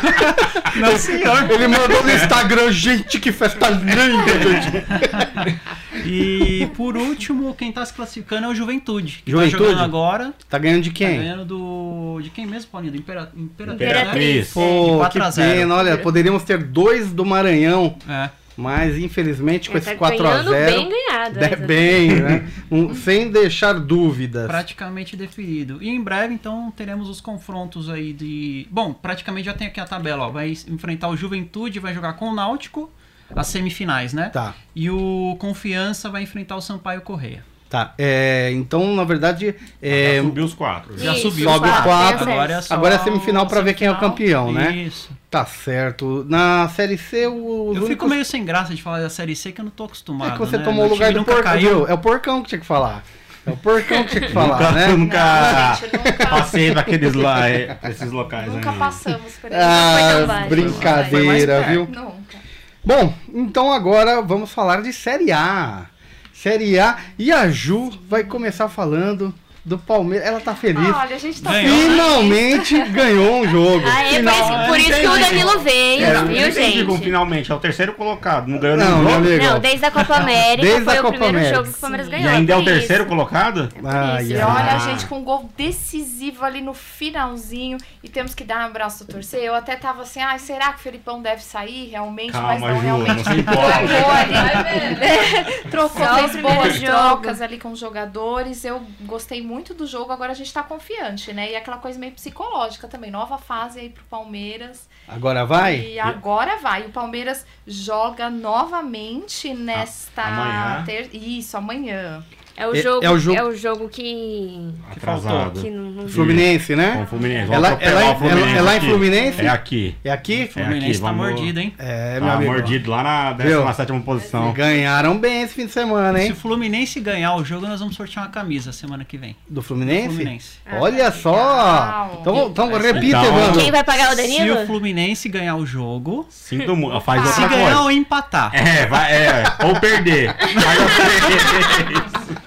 S2: Não, senhor.
S1: Ele mandou no Instagram, gente, que festa linda, gente.
S2: E por último, quem tá se classificando é o Juventude. Que
S1: Juventude?
S2: tá jogando agora.
S1: Tá ganhando de
S2: Tá
S1: quem?
S2: ganhando do. De quem mesmo, Paulinho? Do Impera... né? Imperatriz.
S8: Imperatriz.
S1: Pô,
S2: É, De
S1: que
S2: 4 a 0.
S1: pena, olha, poderíamos ter dois do Maranhão,
S2: Né?
S1: mas infelizmente com
S8: Ele
S1: esse
S8: tá ganhando
S1: 4x0.
S8: bem ganhado.
S1: É
S8: essa.
S1: bem, né? Um- sem deixar
S2: É,
S1: dúvidas.
S2: praticamente definido. E em breve, então, teremos os confrontos aí de. Bom, praticamente já tem aqui a tabela, ó. Vai enfrentar o Juventude, vai jogar com o Náutico, as semifinais, né?
S1: Tá,
S2: E o Confiança vai enfrentar o Sampaio Correia.
S1: tá. É, então, na verdade, é,
S2: Tá
S5: Já subiu os quatro.
S2: Já
S8: Isso,
S2: subiu.
S1: sobe o
S8: quatro.
S1: 4.
S2: Agora é, só
S1: Agora é semifinal pra ver quem é o
S2: semifinal.
S1: campeão, né?
S2: Isso.
S1: Tá certo. Na Série C, o.
S2: Eu fico meio sem graça de falar da Série C que eu não tô acostumado.
S1: É que você
S2: né?
S1: tomou o
S2: Meu
S1: lugar
S2: time
S1: do
S2: nunca
S1: porcão.
S2: caiu.
S1: viu? É o porcão que tinha que falar. É o porcão que tinha que
S5: nunca,
S1: falar, né?
S5: nunca
S6: gente, nunca-
S5: passei daqueles lá, é, esses locais.
S6: Nunca
S5: né?
S6: passamos por isso.
S8: tão
S1: Ah,
S8: baixo.
S2: Foi mais
S1: brincadeira,
S2: perto.
S1: viu?
S6: Nunca.
S1: Bom, então agora vamos falar de Série A. Série A e a Ju vai começar falando do Palmeiras. Ela tá feliz.
S8: Ah,
S6: Olha, a gente tá
S2: Ganhou.
S1: né? Finalmente ganhou um jogo.
S8: Aê, por
S1: Final-
S8: isso, Ah, é, por isso que o Danilo veio,
S5: É, eu
S8: viu,
S5: entendi, como
S8: gente?
S5: finalmente, é o terceiro colocado. Não ganhou
S1: Não,
S5: nenhum
S1: meu
S5: jogo.
S1: amigo.
S8: Não, desde a Copa América
S1: Desde
S8: foi
S1: a
S8: o
S1: Copa
S8: primeiro
S1: América.
S8: jogo que o Palmeiras
S5: E
S8: ganhou.
S5: ainda é o
S8: por isso.
S5: terceiro colocado?
S1: Ai,
S8: Isso,
S6: E
S1: ai,
S6: olha,
S5: Ah.
S6: gente, com um gol decisivo ali no finalzinho. E temos que dar um abraço do torcer. Eu até tava assim, ah, será que o Felipão deve sair realmente? mas
S5: Calma,
S6: não,
S5: Ju, não
S6: realmente.
S5: se empolga.
S6: Trocou ali.
S3: Vai ver.
S6: Trocou,
S8: Só o
S6: fez
S8: primeiro
S6: boas
S8: jogo.
S6: trocas ali com os jogadores. Eu gostei muito do jogo, agora a gente tá confiante, né? E aquela coisa meio psicológica também. Nova fase aí pro Palmeiras.
S1: Agora vai?
S6: E agora vai. O Palmeiras joga novamente nesta
S5: amanhã.
S6: ter- Isso, amanhã.
S8: É o
S1: É-
S8: jogo,
S1: é o jogo-
S8: jogo que. né?
S5: Atrasado.
S8: que não, não-
S1: Fluminense,
S5: Com o
S1: né?
S5: Fluminense. vamos
S1: Ela,
S5: atropelar
S1: ela,
S5: o Fluminense
S1: ela, é lá em
S5: aqui.
S1: Fluminense?
S5: É aqui.
S1: É aqui?
S2: O Fluminense
S5: aqui,
S2: tá
S5: vamos-
S2: mordido, hein?
S1: É, meu
S5: tá
S1: amigo.
S5: mordido lá na
S1: Viu?
S5: 17 posição.
S1: Ganharam bem esse fim de semana,
S2: Se o
S1: hein?
S2: Fluminense ganhar o jogo, nós vamos sortear uma camisa semana que vem.
S1: Do Fluminense?
S2: Fluminense.
S8: Ah,
S1: Olha só!
S6: legal.
S1: Então, então
S2: Então,
S1: repita,
S5: então-
S1: Evandro.
S8: Quem vai pagar
S2: Se
S8: o
S2: o
S8: Danilo?
S2: Fluminense ganhar o jogo,
S5: Sinto muito. Faz
S6: Se
S2: se
S5: outra
S2: ganhar
S5: coisa.
S2: ou empatar,
S5: É, vai, é, ou perder. Vai ou perder.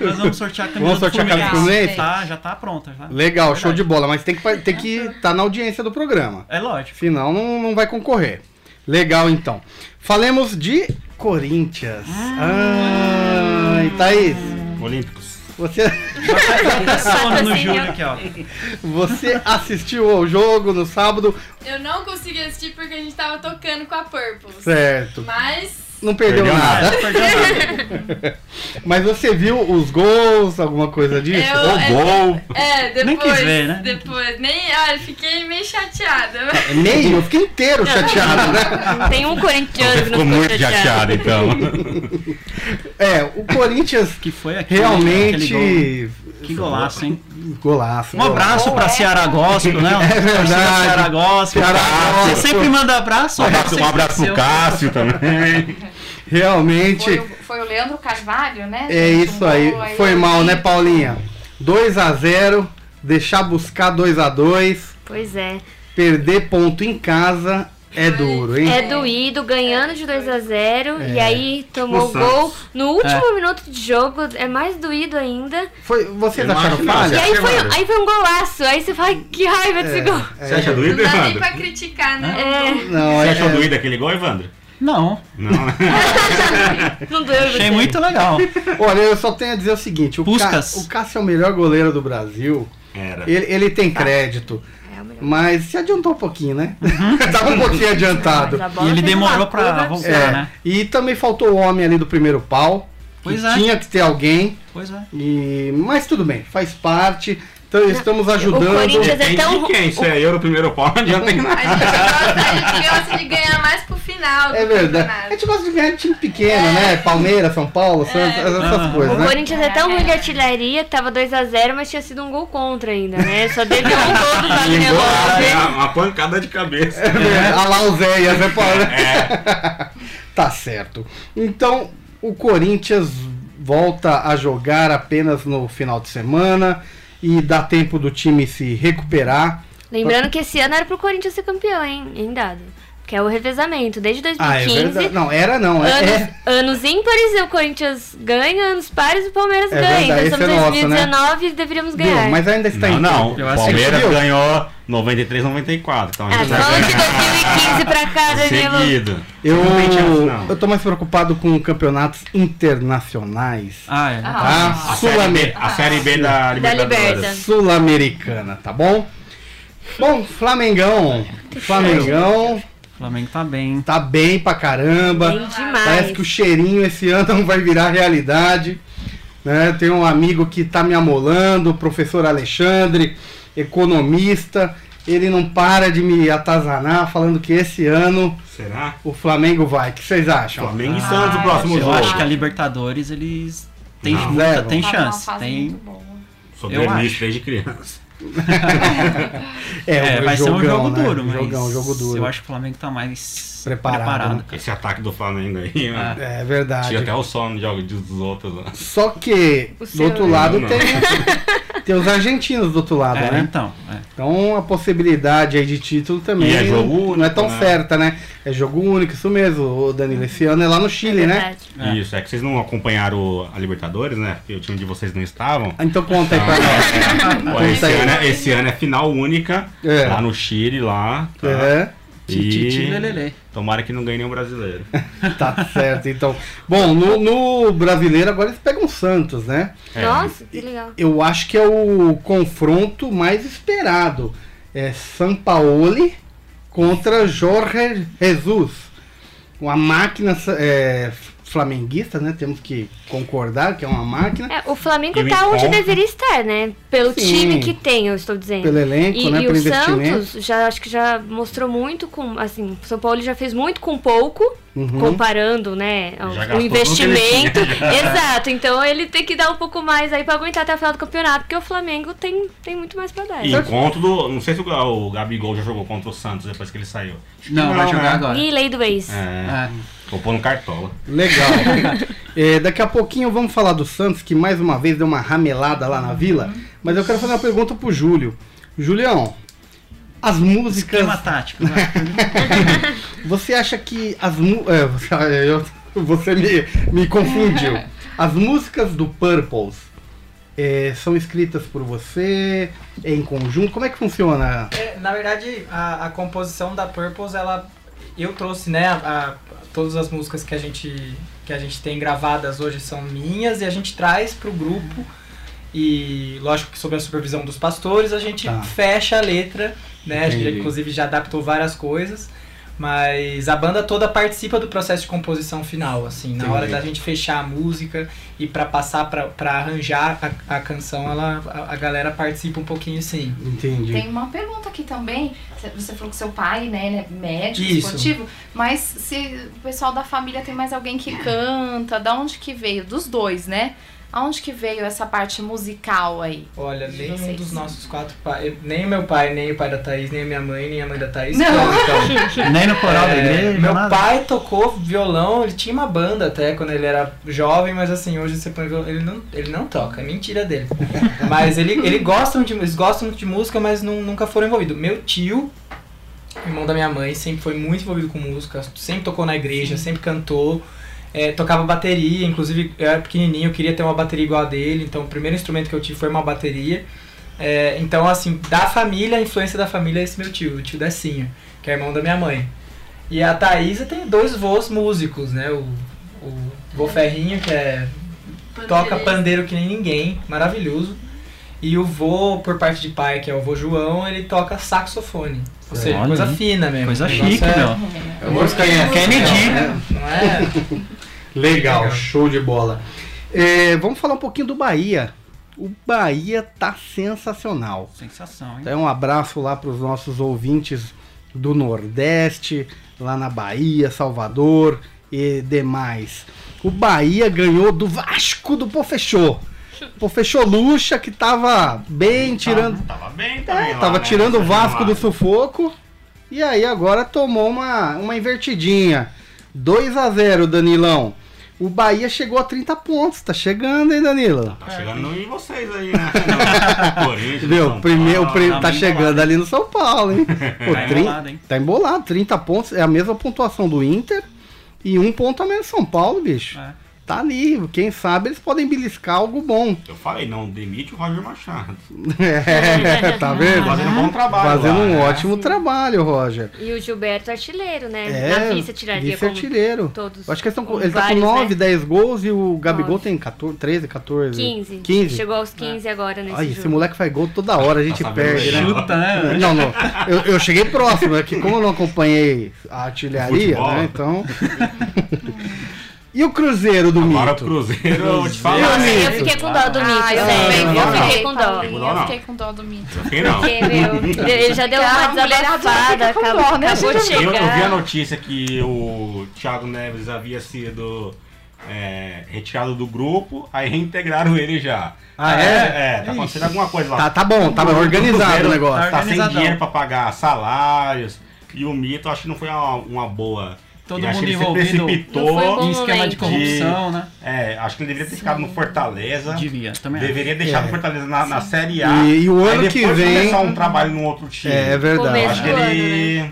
S2: nós vamos sortear a camisa
S1: Vamos sortear a
S2: do
S1: camisa
S2: Fluminense.
S1: do Fluminense?
S2: Tá, já tá pronta. Já.
S1: Legal, show
S2: Verdade.
S1: de bola, mas tem que estar tem que tá na audiência do programa.
S2: É lógico.
S1: Senão não, não vai concorrer. Legal, então. Falemos de Corinthians. Ai, Thaís,
S5: Olímpicos.
S1: você,
S2: Tá sono no
S8: Patrocínio.
S2: Júlio aqui, ó.
S1: você assistiu ao jogo no sábado?
S3: Eu não consegui assistir porque a gente tava tocando com a Purple.
S1: Certo.
S3: Mas.
S1: Não perdeu,
S5: Perdeu
S1: nada.
S5: nada.
S1: Mas você viu os gols, alguma coisa disso?
S3: Eu-
S5: Ou
S3: é-
S5: gol.
S3: É, depois.
S2: Nem quis ver, né?
S3: Depois. Nem. Ah, eu fiquei meio chateada.
S1: Meio, eu fiquei inteiro chateado, né?
S8: Tem um
S5: Você
S8: corintiano que
S5: ficou
S8: não
S5: muito chateado, então.
S1: É, o Corinthians
S2: Que foi aqui. aquele
S1: realmente.
S2: gol. Que golaço, hein?
S1: Golaço.
S2: Um abraço pra Ceará Gospel, né?
S1: É verdade.
S2: Torcida Ceará Gospel.
S1: Ceará
S2: Você
S1: Gospel.
S2: sempre manda abraço. né?
S5: Um
S2: o
S5: abraço, um
S2: sempre
S5: abraço pro
S2: seu.
S5: Cássio também.
S1: Realmente.
S3: um
S6: Foi o, foi o Leandro Carvalho, né?
S1: É
S6: gente? Um
S1: isso aí.
S6: gol
S1: Foi mal, né, Paulinha? 2 a 0 deixar buscar 2 a 2
S8: Pois é.
S1: perder ponto em casa é duro, hein?
S8: É doído, ganhando de 2 a 0 E aí tomou o
S5: Tipo o
S8: gol no último minuto de jogo. É mais doído ainda.
S1: Foi, vocês
S5: Eu
S1: acharam
S5: acho que não.
S8: E
S1: falha?
S8: aí foi,
S5: Fernanda.
S8: aí foi um golaço. Aí você fala, que raiva desse gol.
S1: É.
S5: Você acha
S3: Não
S5: doído,
S3: dá nem
S5: Evandro?
S3: pra criticar, né?
S8: É,
S1: Não,
S5: Você
S1: é,
S5: achou doído aquele gol, Evandro?
S2: Não,
S5: Não, né?
S8: não doeu.
S2: achei
S8: você.
S2: muito legal.
S1: olha, eu só tenho a dizer o seguinte: o, Ca...
S2: Puskas.
S1: o Cássio é o melhor goleiro do Brasil.
S5: Era.
S1: Ele, ele tem
S5: Tá.
S1: crédito,
S8: É, o melhor.
S1: mas se adiantou um pouquinho, né?
S5: Uhum.
S1: Tava um pouquinho adiantado.
S8: Mas a bola
S2: E ele
S8: fez uma
S2: demorou pra
S8: curva.
S2: voltar,
S1: É,
S2: né?
S1: E também faltou o homem ali do primeiro pau. que
S2: Pois é.
S1: Tinha que ter alguém.
S2: Pois é.
S1: E- mas tudo bem, faz parte. Então estamos
S8: O
S1: ajudando.
S8: Corinthians- Mas é
S5: Depende
S8: tão-
S5: de quem? Se é eu no primeiro pau, não adianta em
S3: A
S5: nada.
S3: gente gosta, a gente gosta de ganhar mais pro final. do
S1: É verdade.
S3: campeonato.
S1: A gente gosta de ganhar de time pequeno, né? Palmeiras, São Paulo, Santos, essas
S2: Ah.
S8: É. O
S1: coisas, né?
S8: Corinthians é tão ruim de artilharia que tava 2x0, mas tinha sido um gol contra ainda, né? Só teve um gol do Wagner Love.
S5: é
S1: Ah,
S5: Uma- Uma pancada de cabeça.
S1: É. A Lauséia, né, Paulo?
S5: É.
S1: Tá certo. Então, o Corinthians volta a jogar apenas no final de semana e dá tempo do time se recuperar. é.
S8: Lembrando que esse ano era pro Corinthians ser campeão, hein? Em dado. que é o revezamento. Desde
S1: Ah, é
S8: 2015,
S1: verdade. Não, era não. É,
S8: Anos,
S1: é.
S8: anos ímpares o Corinthians ganha, anos pares o Palmeiras
S1: É
S8: ganha.
S1: verdade,
S8: então
S1: esse é
S8: somos
S1: nosso,
S8: 2019 e deveríamos
S1: Deu,
S8: ganhar.
S1: mas ainda está
S5: Não,
S1: em É
S5: não.
S2: Eu
S5: O
S2: acho que
S5: Palmeiras
S1: viu.
S5: ganhou 93, 94. Então a
S8: Ah,
S1: é
S5: gente vai
S8: falando de
S5: ganhar
S8: 2015 pra
S5: tá
S8: cá, Danilo.
S5: seguido.
S1: Eu,
S5: Não tem chance, não.
S1: eu tô mais preocupado com campeonatos internacionais.
S2: Ah, é.
S1: Tá?
S5: A série, B,
S1: Sul-Americana.
S5: a série B da
S8: Da
S5: Libertadores.
S8: Liberta.
S1: Sul-Americana, tá bom? Bom, Flamengão. Flamengo
S2: O Flamengo tá bem.
S1: tá bem pra caramba.
S8: Bem
S1: Parece que o
S8: demais.
S1: cheirinho esse ano não vai virar realidade. Né? Tem um amigo que tá me amolando, o professor Alexandre, economista. Ele não para de me atazanar falando que esse ano
S5: Será?
S1: o Flamengo vai. O que vocês acham?
S5: Flamengo e Santos o próximo
S2: Eu
S5: jogo.
S2: acho que a Libertadores eles têm
S1: Ah,
S5: Não.
S2: muita-
S1: Zero.
S2: tem
S6: Tava numa
S2: chance.
S6: fase
S2: Tem,
S6: Tá muito boa.
S5: Sou
S2: eu
S5: gremista
S2: acho.
S5: desde criança.
S2: é,
S1: o
S2: vai ser um jogo
S1: né?
S2: duro, mas
S1: Jogão, jogo duro.
S2: eu acho que o Flamengo tá mais
S1: Preparado,
S2: preparado.
S1: né?
S2: cara.
S5: Esse ataque do Flamengo aí, mano.
S1: É
S5: Tira
S1: verdade.
S5: até o sono Ah, de jogos dos outros. né?
S1: Só que,
S6: O
S1: do
S6: seu- é-
S1: outro lado,
S5: Não.
S1: tem, tem os argentinos do outro lado,
S2: É,
S1: né?
S2: então. é.
S1: Então a possibilidade aí de título também
S5: E é
S1: não,
S5: jogo
S1: não é
S5: único,
S1: tão
S5: né?
S1: certa, né? É jogo único, isso mesmo, ô Danilo. Esse ano é lá no Chile, né?
S8: Verdade.
S2: É.
S5: Isso, é que vocês não acompanharam o- a Libertadores, né? Porque o time de vocês não estavam.
S1: Ah, Então conta aí pra nós.
S5: Ó,
S1: Conta
S5: esse,
S1: aí.
S5: ano, é- esse ano é final única,
S1: É.
S5: lá no Chile, lá. tá?
S1: É,
S5: E-
S2: Titi, lelele.
S5: Tomara que não ganhe nenhum brasileiro.
S1: tá certo, então. Bom, no, no brasileiro agora eles pegam o Santos, né?
S5: É.
S8: Nossa, que legal.
S1: Eu acho que é o confronto mais esperado. É Sampaoli contra Jorge Jesus. Uma máquina é, flamenguista, né? Temos que concordar que é uma máquina.
S8: É, o Flamengo
S5: E me
S8: tá onde
S5: conta-
S8: deveria estar, né? Pelo
S1: Sim.
S8: time que tem, eu estou dizendo.
S1: Pelo elenco,
S8: É. e,
S1: né?
S8: e
S1: Pelo
S8: o
S1: investimento.
S8: Santos já acho que já mostrou muito com assim, o São Paulo já fez muito com pouco,
S1: Uhum.
S8: comparando, né,
S5: Já
S8: ao- o
S5: gastou
S8: investimento.
S5: tudo que ele
S8: Exato. Então ele tem que dar um pouco mais aí pra aguentar até o final do campeonato, porque o Flamengo tem, tem muito mais pra dar.
S5: E encontro do. Não sei se o, o Gabigol já jogou contra o Santos depois que ele saiu.
S2: Não, vai
S5: Não,
S2: jogar
S5: né?
S2: agora.
S8: E lei do ex.
S5: É.
S2: É.
S5: Tô pondo cartola.
S1: Legal. É, daqui a pouquinho vamos falar do Santos, que mais uma vez deu uma ramelada lá na vila. Mas eu quero fazer uma pergunta pro Júlio. Julião, as músicas.
S2: Esquema tático. vai.
S1: Você acha que as mu- é, você, eu- você me, me confundiu. As músicas do Purples é, são escritas por você, é em conjunto? Como é que funciona?
S4: É, na verdade, a, a composição da Purpose, ela. Eu trouxe, né? a- a- todas as músicas que a, gente, que a gente tem gravadas hoje são minhas e a gente traz pro grupo. E lógico que sob a supervisão dos pastores, a gente
S1: Tá.
S4: fecha a letra, né? A gente
S1: Entendi.
S4: inclusive já adaptou várias coisas. Mas a banda toda participa do processo de composição final, assim, na hora
S1: Entendi.
S4: da gente fechar a música e pra passar pra pra arranjar a, a canção, ela, a, a galera participa um pouquinho sim.
S1: Entendi.
S6: Tem uma pergunta aqui também. Você falou que seu pai, né, ele é médico,
S4: Isso.
S6: esportivo, mas se o pessoal da família tem mais alguém que canta, da onde que veio? Dos dois, né? Aonde que veio essa parte musical aí?
S4: Olha, nenhum
S6: Vocês.
S4: dos nossos quatro pais, nem meu pai, nem o pai da Thaís, nem a minha mãe, nem a mãe da Thaís.
S6: Não.
S4: cantam.
S2: Nem no coral da
S4: É,
S2: igreja.
S4: meu
S2: nada.
S4: pai tocou violão, ele tinha uma banda até quando ele era jovem, mas assim, hoje você põe violão, ele não, ele não toca, é mentira dele. mas ele, ele gostam de, eles gostam de música, mas não- nunca foram envolvidos. Meu tio, irmão da minha mãe, sempre foi muito envolvido com música, sempre tocou na igreja, sempre cantou. é, tocava bateria, inclusive eu era pequenininho, eu queria ter uma bateria igual a dele, então o primeiro instrumento que eu tive foi uma bateria. É, então, assim, da família, a influência da família é esse meu tio, o tio Decinho, que é irmão da minha mãe. E a Thaisa tem dois vôs músicos, né? O, o vô Ferrinho, que é toca pandeiro que nem ninguém, maravilhoso. E o vô, por parte de pai, que é o vô João, ele toca saxofone. Ou seja,
S2: Olha
S4: coisa
S2: aí.
S4: fina mesmo.
S2: Coisa
S4: O negócio
S2: chique,
S4: é-
S2: meu. né?
S1: Eu vou ficar em-
S2: Kennedy.
S4: Não é?
S1: Legal,
S4: Legal.
S1: show de bola. É, vamos falar um pouquinho do Bahia. O Bahia tá sensacional.
S2: Sensação, hein?
S1: Então, um abraço lá para os nossos ouvintes do Nordeste, lá na Bahia, Salvador e demais. O Bahia ganhou do Vasco do Pofechô. Pofechô Lucha, que tava bem tirando.
S5: Tava Tá. bem,
S1: É,
S5: também lá,
S1: tava
S5: né?
S1: tirando o
S5: Essa
S1: Vasco do
S5: gelada.
S1: sufoco. E aí agora tomou uma, uma invertidinha. 2 a 0 Danilão. O Bahia chegou a 30 pontos. Tá chegando, hein, Danilo?
S5: Tá chegando em vocês aí, né? Não, Corinthians,
S1: É. Entendeu?
S5: São
S1: Primeiro,
S5: Paulo.
S1: pri-
S2: tá
S1: tá
S2: bem
S1: chegando
S2: embolado.
S1: ali no São Paulo, hein? Pô,
S2: Tá
S1: trin-
S2: embolado, hein?
S1: Tá embolado, 30 pontos. É a mesma pontuação do Inter e um ponto a menos São Paulo, bicho.
S2: É.
S1: Tá ali. Quem sabe eles podem beliscar algo bom.
S5: Eu falei, não demite o Roger Machado.
S1: É, tá vendo?
S5: Fazendo um bom trabalho.
S1: Fazendo
S5: lá,
S1: um
S5: né?
S1: ótimo trabalho, Roger.
S8: E o Gilberto artilheiro, né?
S1: É,
S8: Na vice tiraria como
S1: vice-artilheiro.
S8: todos.
S1: Eu acho que eles tão com-
S8: como
S1: ele tá com
S8: vários,
S1: 9,
S8: né?
S1: 10 gols e o Gabigol
S8: Nove.
S1: tem 14, 13, 14.
S8: 15.
S1: 15.
S8: Chegou aos 15 agora nesse
S1: Ah. Ai,
S8: jogo.
S1: esse moleque faz gol toda hora, a gente
S5: Tá sabendo
S1: perde, né?
S5: legal.
S2: Chuta, né?
S1: Não, não. Eu, eu cheguei próximo, é que como eu não acompanhei a artilharia,
S5: Futebol.
S1: né? Então. e o Cruzeiro do
S5: Agora o
S1: Mito?
S5: Cruzeiro, eu vou te
S1: Meu
S5: falar.
S1: amigo.
S5: né?
S8: Eu fiquei com dó do Mito,
S6: Ah, eu
S8: sério.
S6: também.
S5: não,
S8: Eu
S5: não.
S8: fiquei com dó.
S6: Paulinho,
S5: Não,
S6: Eu
S5: não.
S6: fiquei com dó do mito.
S5: Fiquei não.
S8: Porque, meu, ele já deu
S6: Cara,
S8: uma
S6: a mulherada
S8: desabafada,
S6: fica com
S8: acabou,
S6: dó, né,
S8: acabou de
S6: gente?
S8: chegar.
S5: Eu, eu vi a notícia que o Thiago Neves havia sido é, retirado do grupo, aí reintegraram ele já.
S1: Ah, é?
S5: É, tá acontecendo
S1: Ixi.
S5: alguma coisa lá.
S1: Tá, tá bom, tá organizado o
S5: Cruzeiro
S1: negócio.
S5: Tá sem
S2: Organizadão.
S5: dinheiro pra pagar salários. E o mito, acho que não foi uma, uma boa.
S2: Todo
S5: Eu acho
S2: mundo
S5: que ele
S2: envolvido.
S5: se precipitou.
S8: Não foi bom.
S2: Em esquema de
S8: momento.
S2: corrupção, né?
S5: É, acho que ele deveria ter ficado no Fortaleza.
S2: Devia, também. acho.
S5: Deveria deixar
S1: É.
S5: o Fortaleza na, na Série A.
S1: E- e o
S5: aí
S1: ano
S5: depois
S1: que vem-
S5: começar um trabalho num outro time.
S1: É, é
S5: Eu
S1: verdade.
S5: acho que
S8: né?
S5: ele.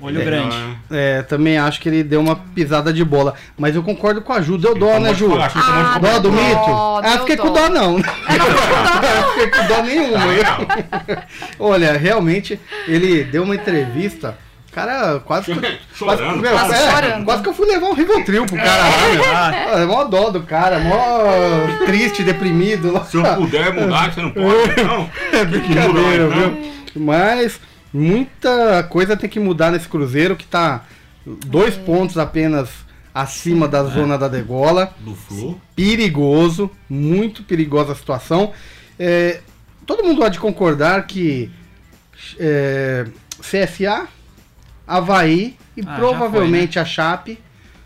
S2: Olho grande.
S1: É, também acho que ele deu uma pisada de bola. Mas eu concordo com a Ju. Deu
S5: tá
S1: dó, né, Ju?
S5: Acho que tomou de
S1: Dó
S6: Ah,
S5: cobrança.
S1: do
S6: Dó,
S1: mito? Ah,
S6: deu
S1: fiquei
S6: dó. É,
S1: com dó, não. Eu fiquei com dó nenhuma. Eu- Olha, realmente, ele deu uma entrevista. Cara, quase que. Quase,
S5: Chorando.
S1: meu,
S6: Quase
S1: é,
S6: chorando.
S1: quase que eu fui levar um Rivotril pro cara lá, meu. Ah, É mó dó do cara, mó triste, deprimido. lá.
S5: Se eu puder mudar, que você não pode, não.
S1: É brincadeira,
S5: Que mudou,
S1: viu? Mas muita coisa tem que mudar nesse Cruzeiro que tá dois
S6: É.
S1: pontos apenas acima da zona da degola.
S5: Do Flu.
S1: Perigoso, muito perigosa a situação. É, todo mundo há de concordar que é, CSA, Havaí e
S2: Ah, já
S1: provavelmente a Chape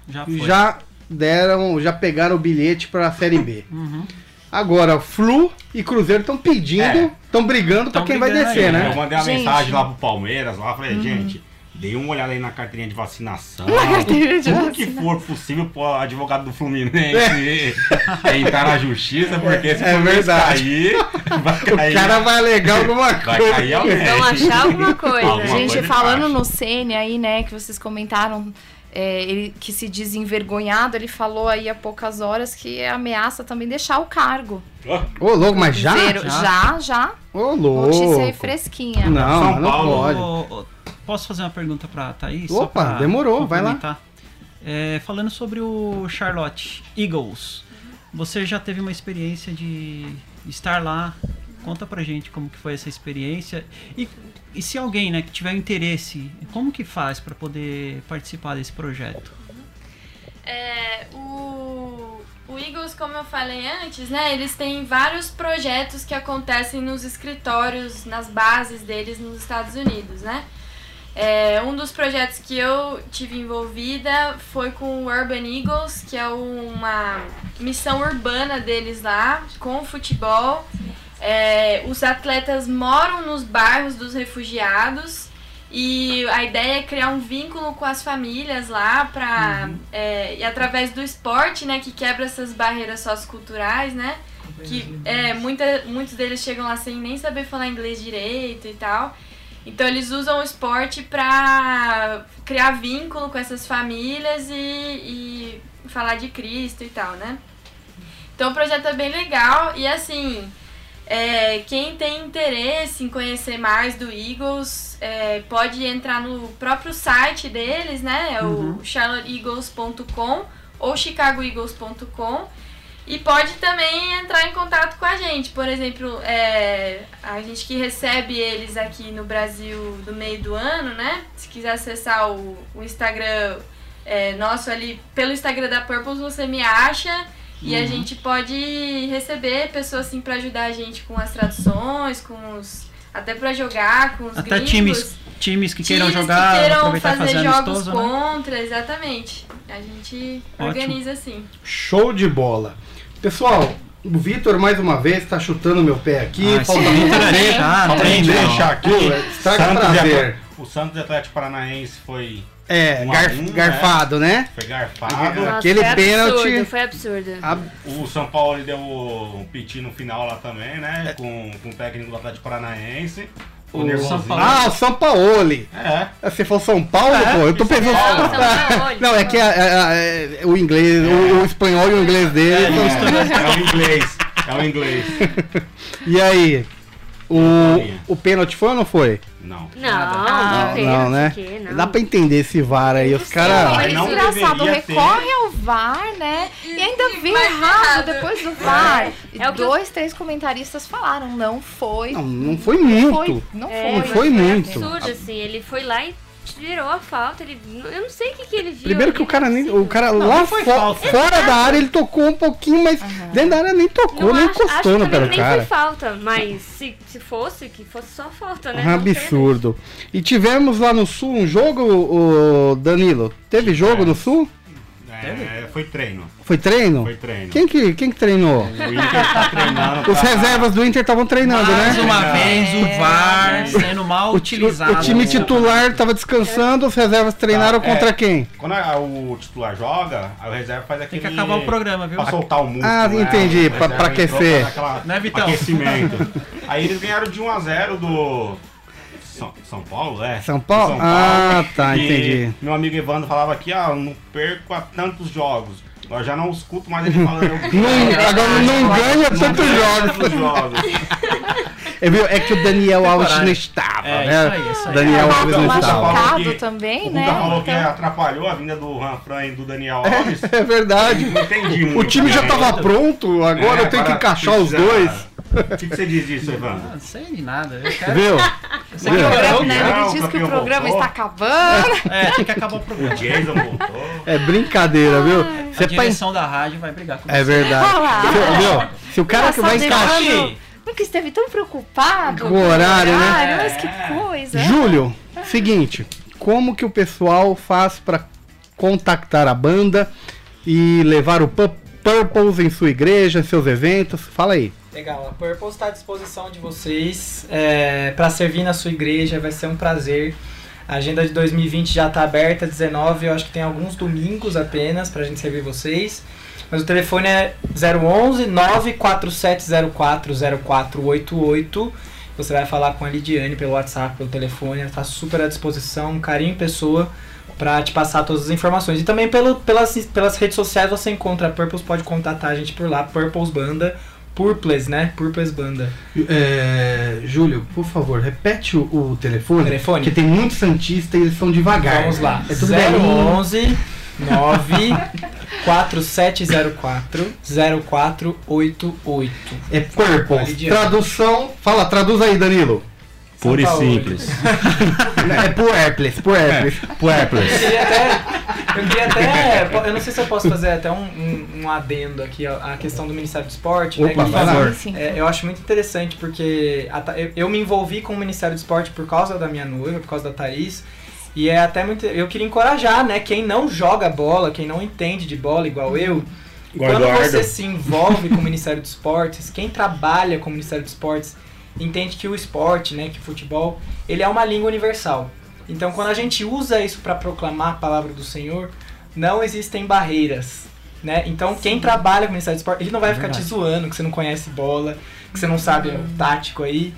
S2: Já foi.
S1: já deram, já pegaram o bilhete para a Série B.
S2: Uhum.
S1: Agora, Flu e Cruzeiro estão pedindo,
S5: É.
S1: estão brigando pra
S2: Tão
S1: quem vai
S2: brigando
S1: descer,
S2: aí,
S5: Eu
S1: né?
S5: mandei uma
S6: Gente.
S5: mensagem lá pro Palmeiras, lá, falei,
S8: Hum.
S5: gente, dei uma olhada aí na carteirinha de vacinação. Tudo que for possível pro advogado do Fluminense entrar na justiça, porque se
S1: É
S5: o Fluminense
S1: verdade.
S5: cair, vai
S1: O
S5: cair.
S1: cara vai alegar alguma
S5: Vai
S1: coisa.
S5: cair alguém.
S8: Vão achar alguma coisa.
S5: Alguma
S6: Gente,
S5: coisa
S6: falando
S5: embaixo.
S6: no Sene aí, né, que vocês comentaram, é, ele que se diz envergonhado, ele falou aí há poucas horas que é ameaça também deixar o cargo.
S1: Ô, louco, mas já?
S6: Cruzeiro.
S2: Já?
S6: já, já.
S1: Ô, louco.
S6: Notícia aí é fresquinha.
S1: Não,
S5: São
S1: mas não
S5: Paulo.
S1: pode.
S2: Ô, ô, posso fazer uma pergunta pra Thaís?
S1: Opa,
S2: Só pra
S1: demorou, vai lá.
S2: complementar. É, falando sobre o Charlotte Eagles, você já teve uma experiência de estar lá. Conta pra gente como que foi essa experiência. E, e se alguém né, que tiver interesse, como que faz pra poder participar desse projeto?
S3: É, o, o Eagles, como eu falei antes, né? Eles têm vários projetos que acontecem nos escritórios, nas bases deles nos Estados Unidos, né? É, um dos projetos que eu tive envolvida foi com o Urban Eagles, que é uma missão urbana deles lá, com o futebol. É, os atletas moram nos bairros dos refugiados e a ideia é criar um vínculo com as famílias lá pra, é, e através do esporte, né, que quebra essas barreiras socioculturais, né? Que é, muita, muitos deles chegam lá sem nem saber falar inglês direito e tal. Então eles usam o esporte pra criar vínculo com essas famílias e, e falar de Cristo e tal, né? Então o projeto é bem legal e assim, é, quem tem interesse em conhecer mais do Eagles é, pode entrar no próprio site deles, né? É o charlotteeagles.com ou chicagoeagles.com e pode também entrar em contato com a gente. Por exemplo, é, a gente que recebe eles aqui no Brasil no meio do ano, né? Se quiser acessar o, o Instagram é, nosso ali, pelo Instagram da Purples, você me acha. E
S2: Uhum.
S3: a gente pode receber pessoas assim pra ajudar a gente com as traduções, com os. Até pra jogar, com os
S2: Até
S3: gringos.
S2: times, times que queiram
S3: Times
S2: jogar,
S3: que queiram
S2: aproveitar e
S3: fazer,
S2: fazer
S3: jogos
S2: amistoso, né?
S3: contra, exatamente. A gente
S2: Ótimo.
S3: organiza assim.
S1: Show de bola. Pessoal, o Vitor, mais uma vez, tá chutando meu pé aqui.
S2: Ah,
S1: falta
S2: esse
S1: muito né? Ah,
S2: Vitor
S1: tempo. Falta
S2: é chato, hein,
S1: muito tempo.
S2: João?
S5: Deixa aqui.
S1: Pô, Estraga
S5: Santos e
S1: prazer.
S5: Atlético- O Santos e Atlético Paranaense foi
S1: É,
S5: Um a
S1: garf-
S5: um, né?
S1: garfado, né?
S5: Foi garfado.
S1: Ah. Aquele
S8: foi absurdo,
S1: pênalti-
S8: Foi absurdo.
S1: A-
S5: O São Paulo deu o um piti no final lá também,
S1: É.
S5: né? Com, com o técnico do Atlético Paranaense. O,
S2: O
S5: nervosinho.
S2: São Paulo.
S1: Ah, o São Paulo.
S5: É.
S1: Se for São Paulo,
S5: É,
S1: pô, eu tô pensando.
S8: Não, São Paulo.
S1: Não, é que a- a- a- é o inglês, o, o espanhol e o inglês dele.
S5: É,
S1: são-
S5: é o inglês. É o inglês.
S1: E aí? O, o pênalti foi ou não foi?
S5: Não.
S8: Não,
S6: Ah,
S8: não, tem,
S1: não, né?
S8: sei o quê, não.
S1: Dá pra entender esse VAR aí, os caras.
S5: Mas
S6: Mas
S5: Ah, não
S6: engraçado,
S5: deveria ter.
S6: recorre ao VAR, né? E ainda vê errado depois do VAR. E
S8: É o que
S6: dois, três comentaristas falaram, não foi.
S1: Não, não foi
S6: Não foi,
S1: muito.
S6: não
S8: É,
S6: foi.
S8: mas
S1: foi muito.
S8: absurdo, assim. Ele foi lá e tirou a falta. Ele, eu não sei o que, que ele viu.
S1: Primeiro
S8: ali,
S1: que o cara nem.
S8: não é
S1: O cara
S5: Não,
S1: lá
S5: não foi
S1: fo-
S5: falta.
S1: fora da área ele tocou um pouquinho, mas dentro da área nem tocou,
S8: Não
S1: nem
S8: acho, acho
S1: encostou no
S8: também
S1: pé
S8: que
S1: do
S8: nem
S1: cara.
S8: foi falta, mas se, se fosse, que fosse só falta, né?
S1: Um
S8: Não tem, né?
S1: absurdo. E tivemos lá no sul um jogo, o Danilo. Teve jogo no sul?
S5: É, foi treino.
S1: Foi treino?
S5: Foi treino.
S1: Quem que, quem que treinou?
S5: O Inter tá treinando.
S1: Os
S5: pra-
S1: reservas do Inter estavam treinando,
S2: Mais
S1: né?
S2: uma
S3: É.
S2: vez o VAR sendo mal
S1: O, ti-
S2: utilizado. né?
S1: o time titular estava descansando, os reservas treinaram
S5: Tá, é.
S1: contra quem?
S5: Quando a- o titular joga, a reserva faz
S2: Tem
S5: aquele.
S2: que acabar o programa, viu?
S5: Pra soltar o músculo.
S1: Ah, entendi,
S5: O
S1: pra- pra
S5: reserva entrou
S1: aquecer.
S5: dar aquela-
S2: Né, Vitão?
S5: Aquecimento. Aí eles ganharam de 1x0 do. São, São Paulo, é?
S1: São Paulo?
S5: Do
S1: Ah, tá,
S5: E
S1: entendi.
S5: Meu amigo Evandro falava aqui, ah, eu não perco há tantos jogos. Eu já não escuto mais ele falando. eu
S1: Não, agora não ganha tantos
S5: perco
S1: jogos.
S5: tantos jogos.
S1: É, viu? É que o Daniel Alves não
S2: Temporada.
S1: estava,
S2: É,
S1: né?
S2: isso aí, isso aí.
S1: Daniel
S5: É,
S1: Alves não
S5: mas-
S1: estava.
S6: Machucado
S5: que-
S6: também,
S5: O
S6: né?
S5: Guga falou que é
S6: Então,
S5: atrapalhou a vinda do Ranfran e do Daniel Alves.
S1: É verdade.
S5: Não entendi muito.
S1: O time já
S5: né?
S1: tava pronto,
S5: É,
S1: agora eu tenho que encaixar os
S5: precisa-
S1: dois.
S5: O que, que você diz disso, Evandro?
S2: Ah, Não sei de nada. Eu quero...
S1: Viu?
S6: o
S1: Viu?
S6: programa,
S5: Não,
S6: né?
S5: não,
S6: Ele diz que
S5: campeão
S6: o programa
S5: voltou.
S6: está acabando.
S2: É, tem que acabar o
S5: O
S2: programa.
S5: Jason voltou.
S1: É brincadeira, viu?
S2: A
S1: Você pra...
S2: direção da rádio vai brigar com
S1: É
S2: você.
S1: verdade.
S6: Olha lá.
S1: Viu? Viu? Se o cara que vai
S6: Nossa,
S1: encaixar.
S6: Adriano, Nunca esteve tão preocupado
S1: Com o horário, né?
S6: horário, Mas
S2: É.
S6: que coisa.
S1: Júlio, seguinte, como que o pessoal faz pra contactar a banda e levar o Pu- Purples em sua igreja, em seus eventos? Fala aí.
S4: Legal, a Purple está à disposição de vocês é, para servir na sua igreja, vai ser um prazer. A agenda de 2020 já está aberta, 19, eu acho que tem alguns domingos apenas para a gente servir vocês. Mas o telefone é 011 947040488. Você vai falar com a Lidiane pelo WhatsApp, pelo telefone, ela está super à disposição, um carinho em pessoa para te passar todas as informações. E também pelo, pelas, pelas redes sociais você encontra a Purples, pode contatar a gente por lá, Purples Banda. Purples, né? Purples Banda.
S1: É, Júlio, por favor, repete o, telefone,
S4: Telefone.
S1: tem muito Santista e eles são devagar.
S4: Vamos lá.
S1: É tudo bem.
S4: 011 9 4704 0488.
S1: É Purples.
S4: Lidiane.
S1: Tradução. Fala, traduz aí, Danilo.
S4: Puro e simples.
S1: É Purples, Purples.
S4: Eu queria até. Eu queria até. Eu não sei se eu posso fazer até um, um, um adendo aqui à à questão do Ministério do Esporte, né?
S1: Opa,
S4: que
S1: vai lá.
S6: Sim, sim.
S4: É, eu acho muito interessante porque a Tha- eu, eu me envolvi com o Ministério do Esporte por causa da minha noiva, por causa da Thaís. E é até muito. Eu queria encorajar, né? Quem não joga bola, quem não entende de bola igual eu, quando você se envolve com o Ministério dos Esportes, quem trabalha com o Ministério dos Esportes entende que o esporte, né, que o futebol, ele é uma língua universal. Então, quando a gente usa isso para proclamar a palavra do Senhor, não existem barreiras, né? Então, quem trabalha com o Ministério dos Esportes, ele não vai ficar te zoando que você não conhece bola, que você não sabe o tático aí.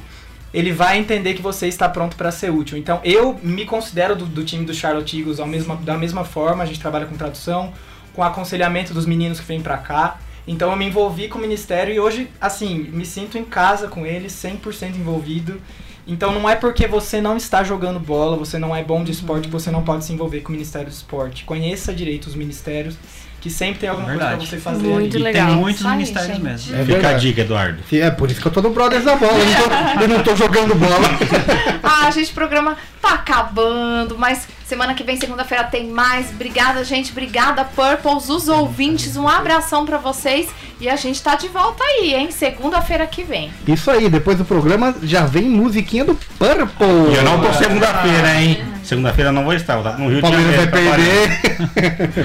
S4: Ele vai entender que você está pronto para ser útil. Então, eu me considero do, do time do Charlotte Eagles ao mesma- da mesma forma. A gente trabalha com tradução, com aconselhamento dos meninos que vêm pra cá. Então eu me envolvi com o ministério e hoje, assim, me sinto em casa com eles, 100% envolvido. Então não é porque você não está jogando bola, você não é bom de esporte, que você não pode se envolver com o Ministério do Esporte. Conheça direito os ministérios, que sempre tem alguma
S2: Verdade.
S4: coisa pra você
S2: E
S4: fazer. ali.
S6: Muito
S2: tem
S6: legal.
S2: muitos
S6: Isso aí,
S2: ministérios
S6: gente.
S2: mesmo.
S1: É
S5: Fica a
S1: verdade.
S5: dica, Eduardo.
S1: Sim, É por isso que eu tô no Brothers da Bola. Eu não tô, eu não tô jogando bola.
S6: Ah, gente, o programa tá acabando, mas semana que vem, segunda-feira, tem mais. Obrigada, gente. Obrigada, Purples, os ouvintes. Um abração pra vocês. E a gente tá de volta aí, hein? Segunda-feira que vem.
S1: Isso aí, depois do programa já vem musiquinha do
S5: E
S1: Purple.
S5: eu não tô segunda-feira, hein? Segunda-feira eu não vou estar, vou estar no Rio
S1: O
S5: de Janeiro. tá
S1: Palmeiras vai
S5: trabalhando.
S1: perder.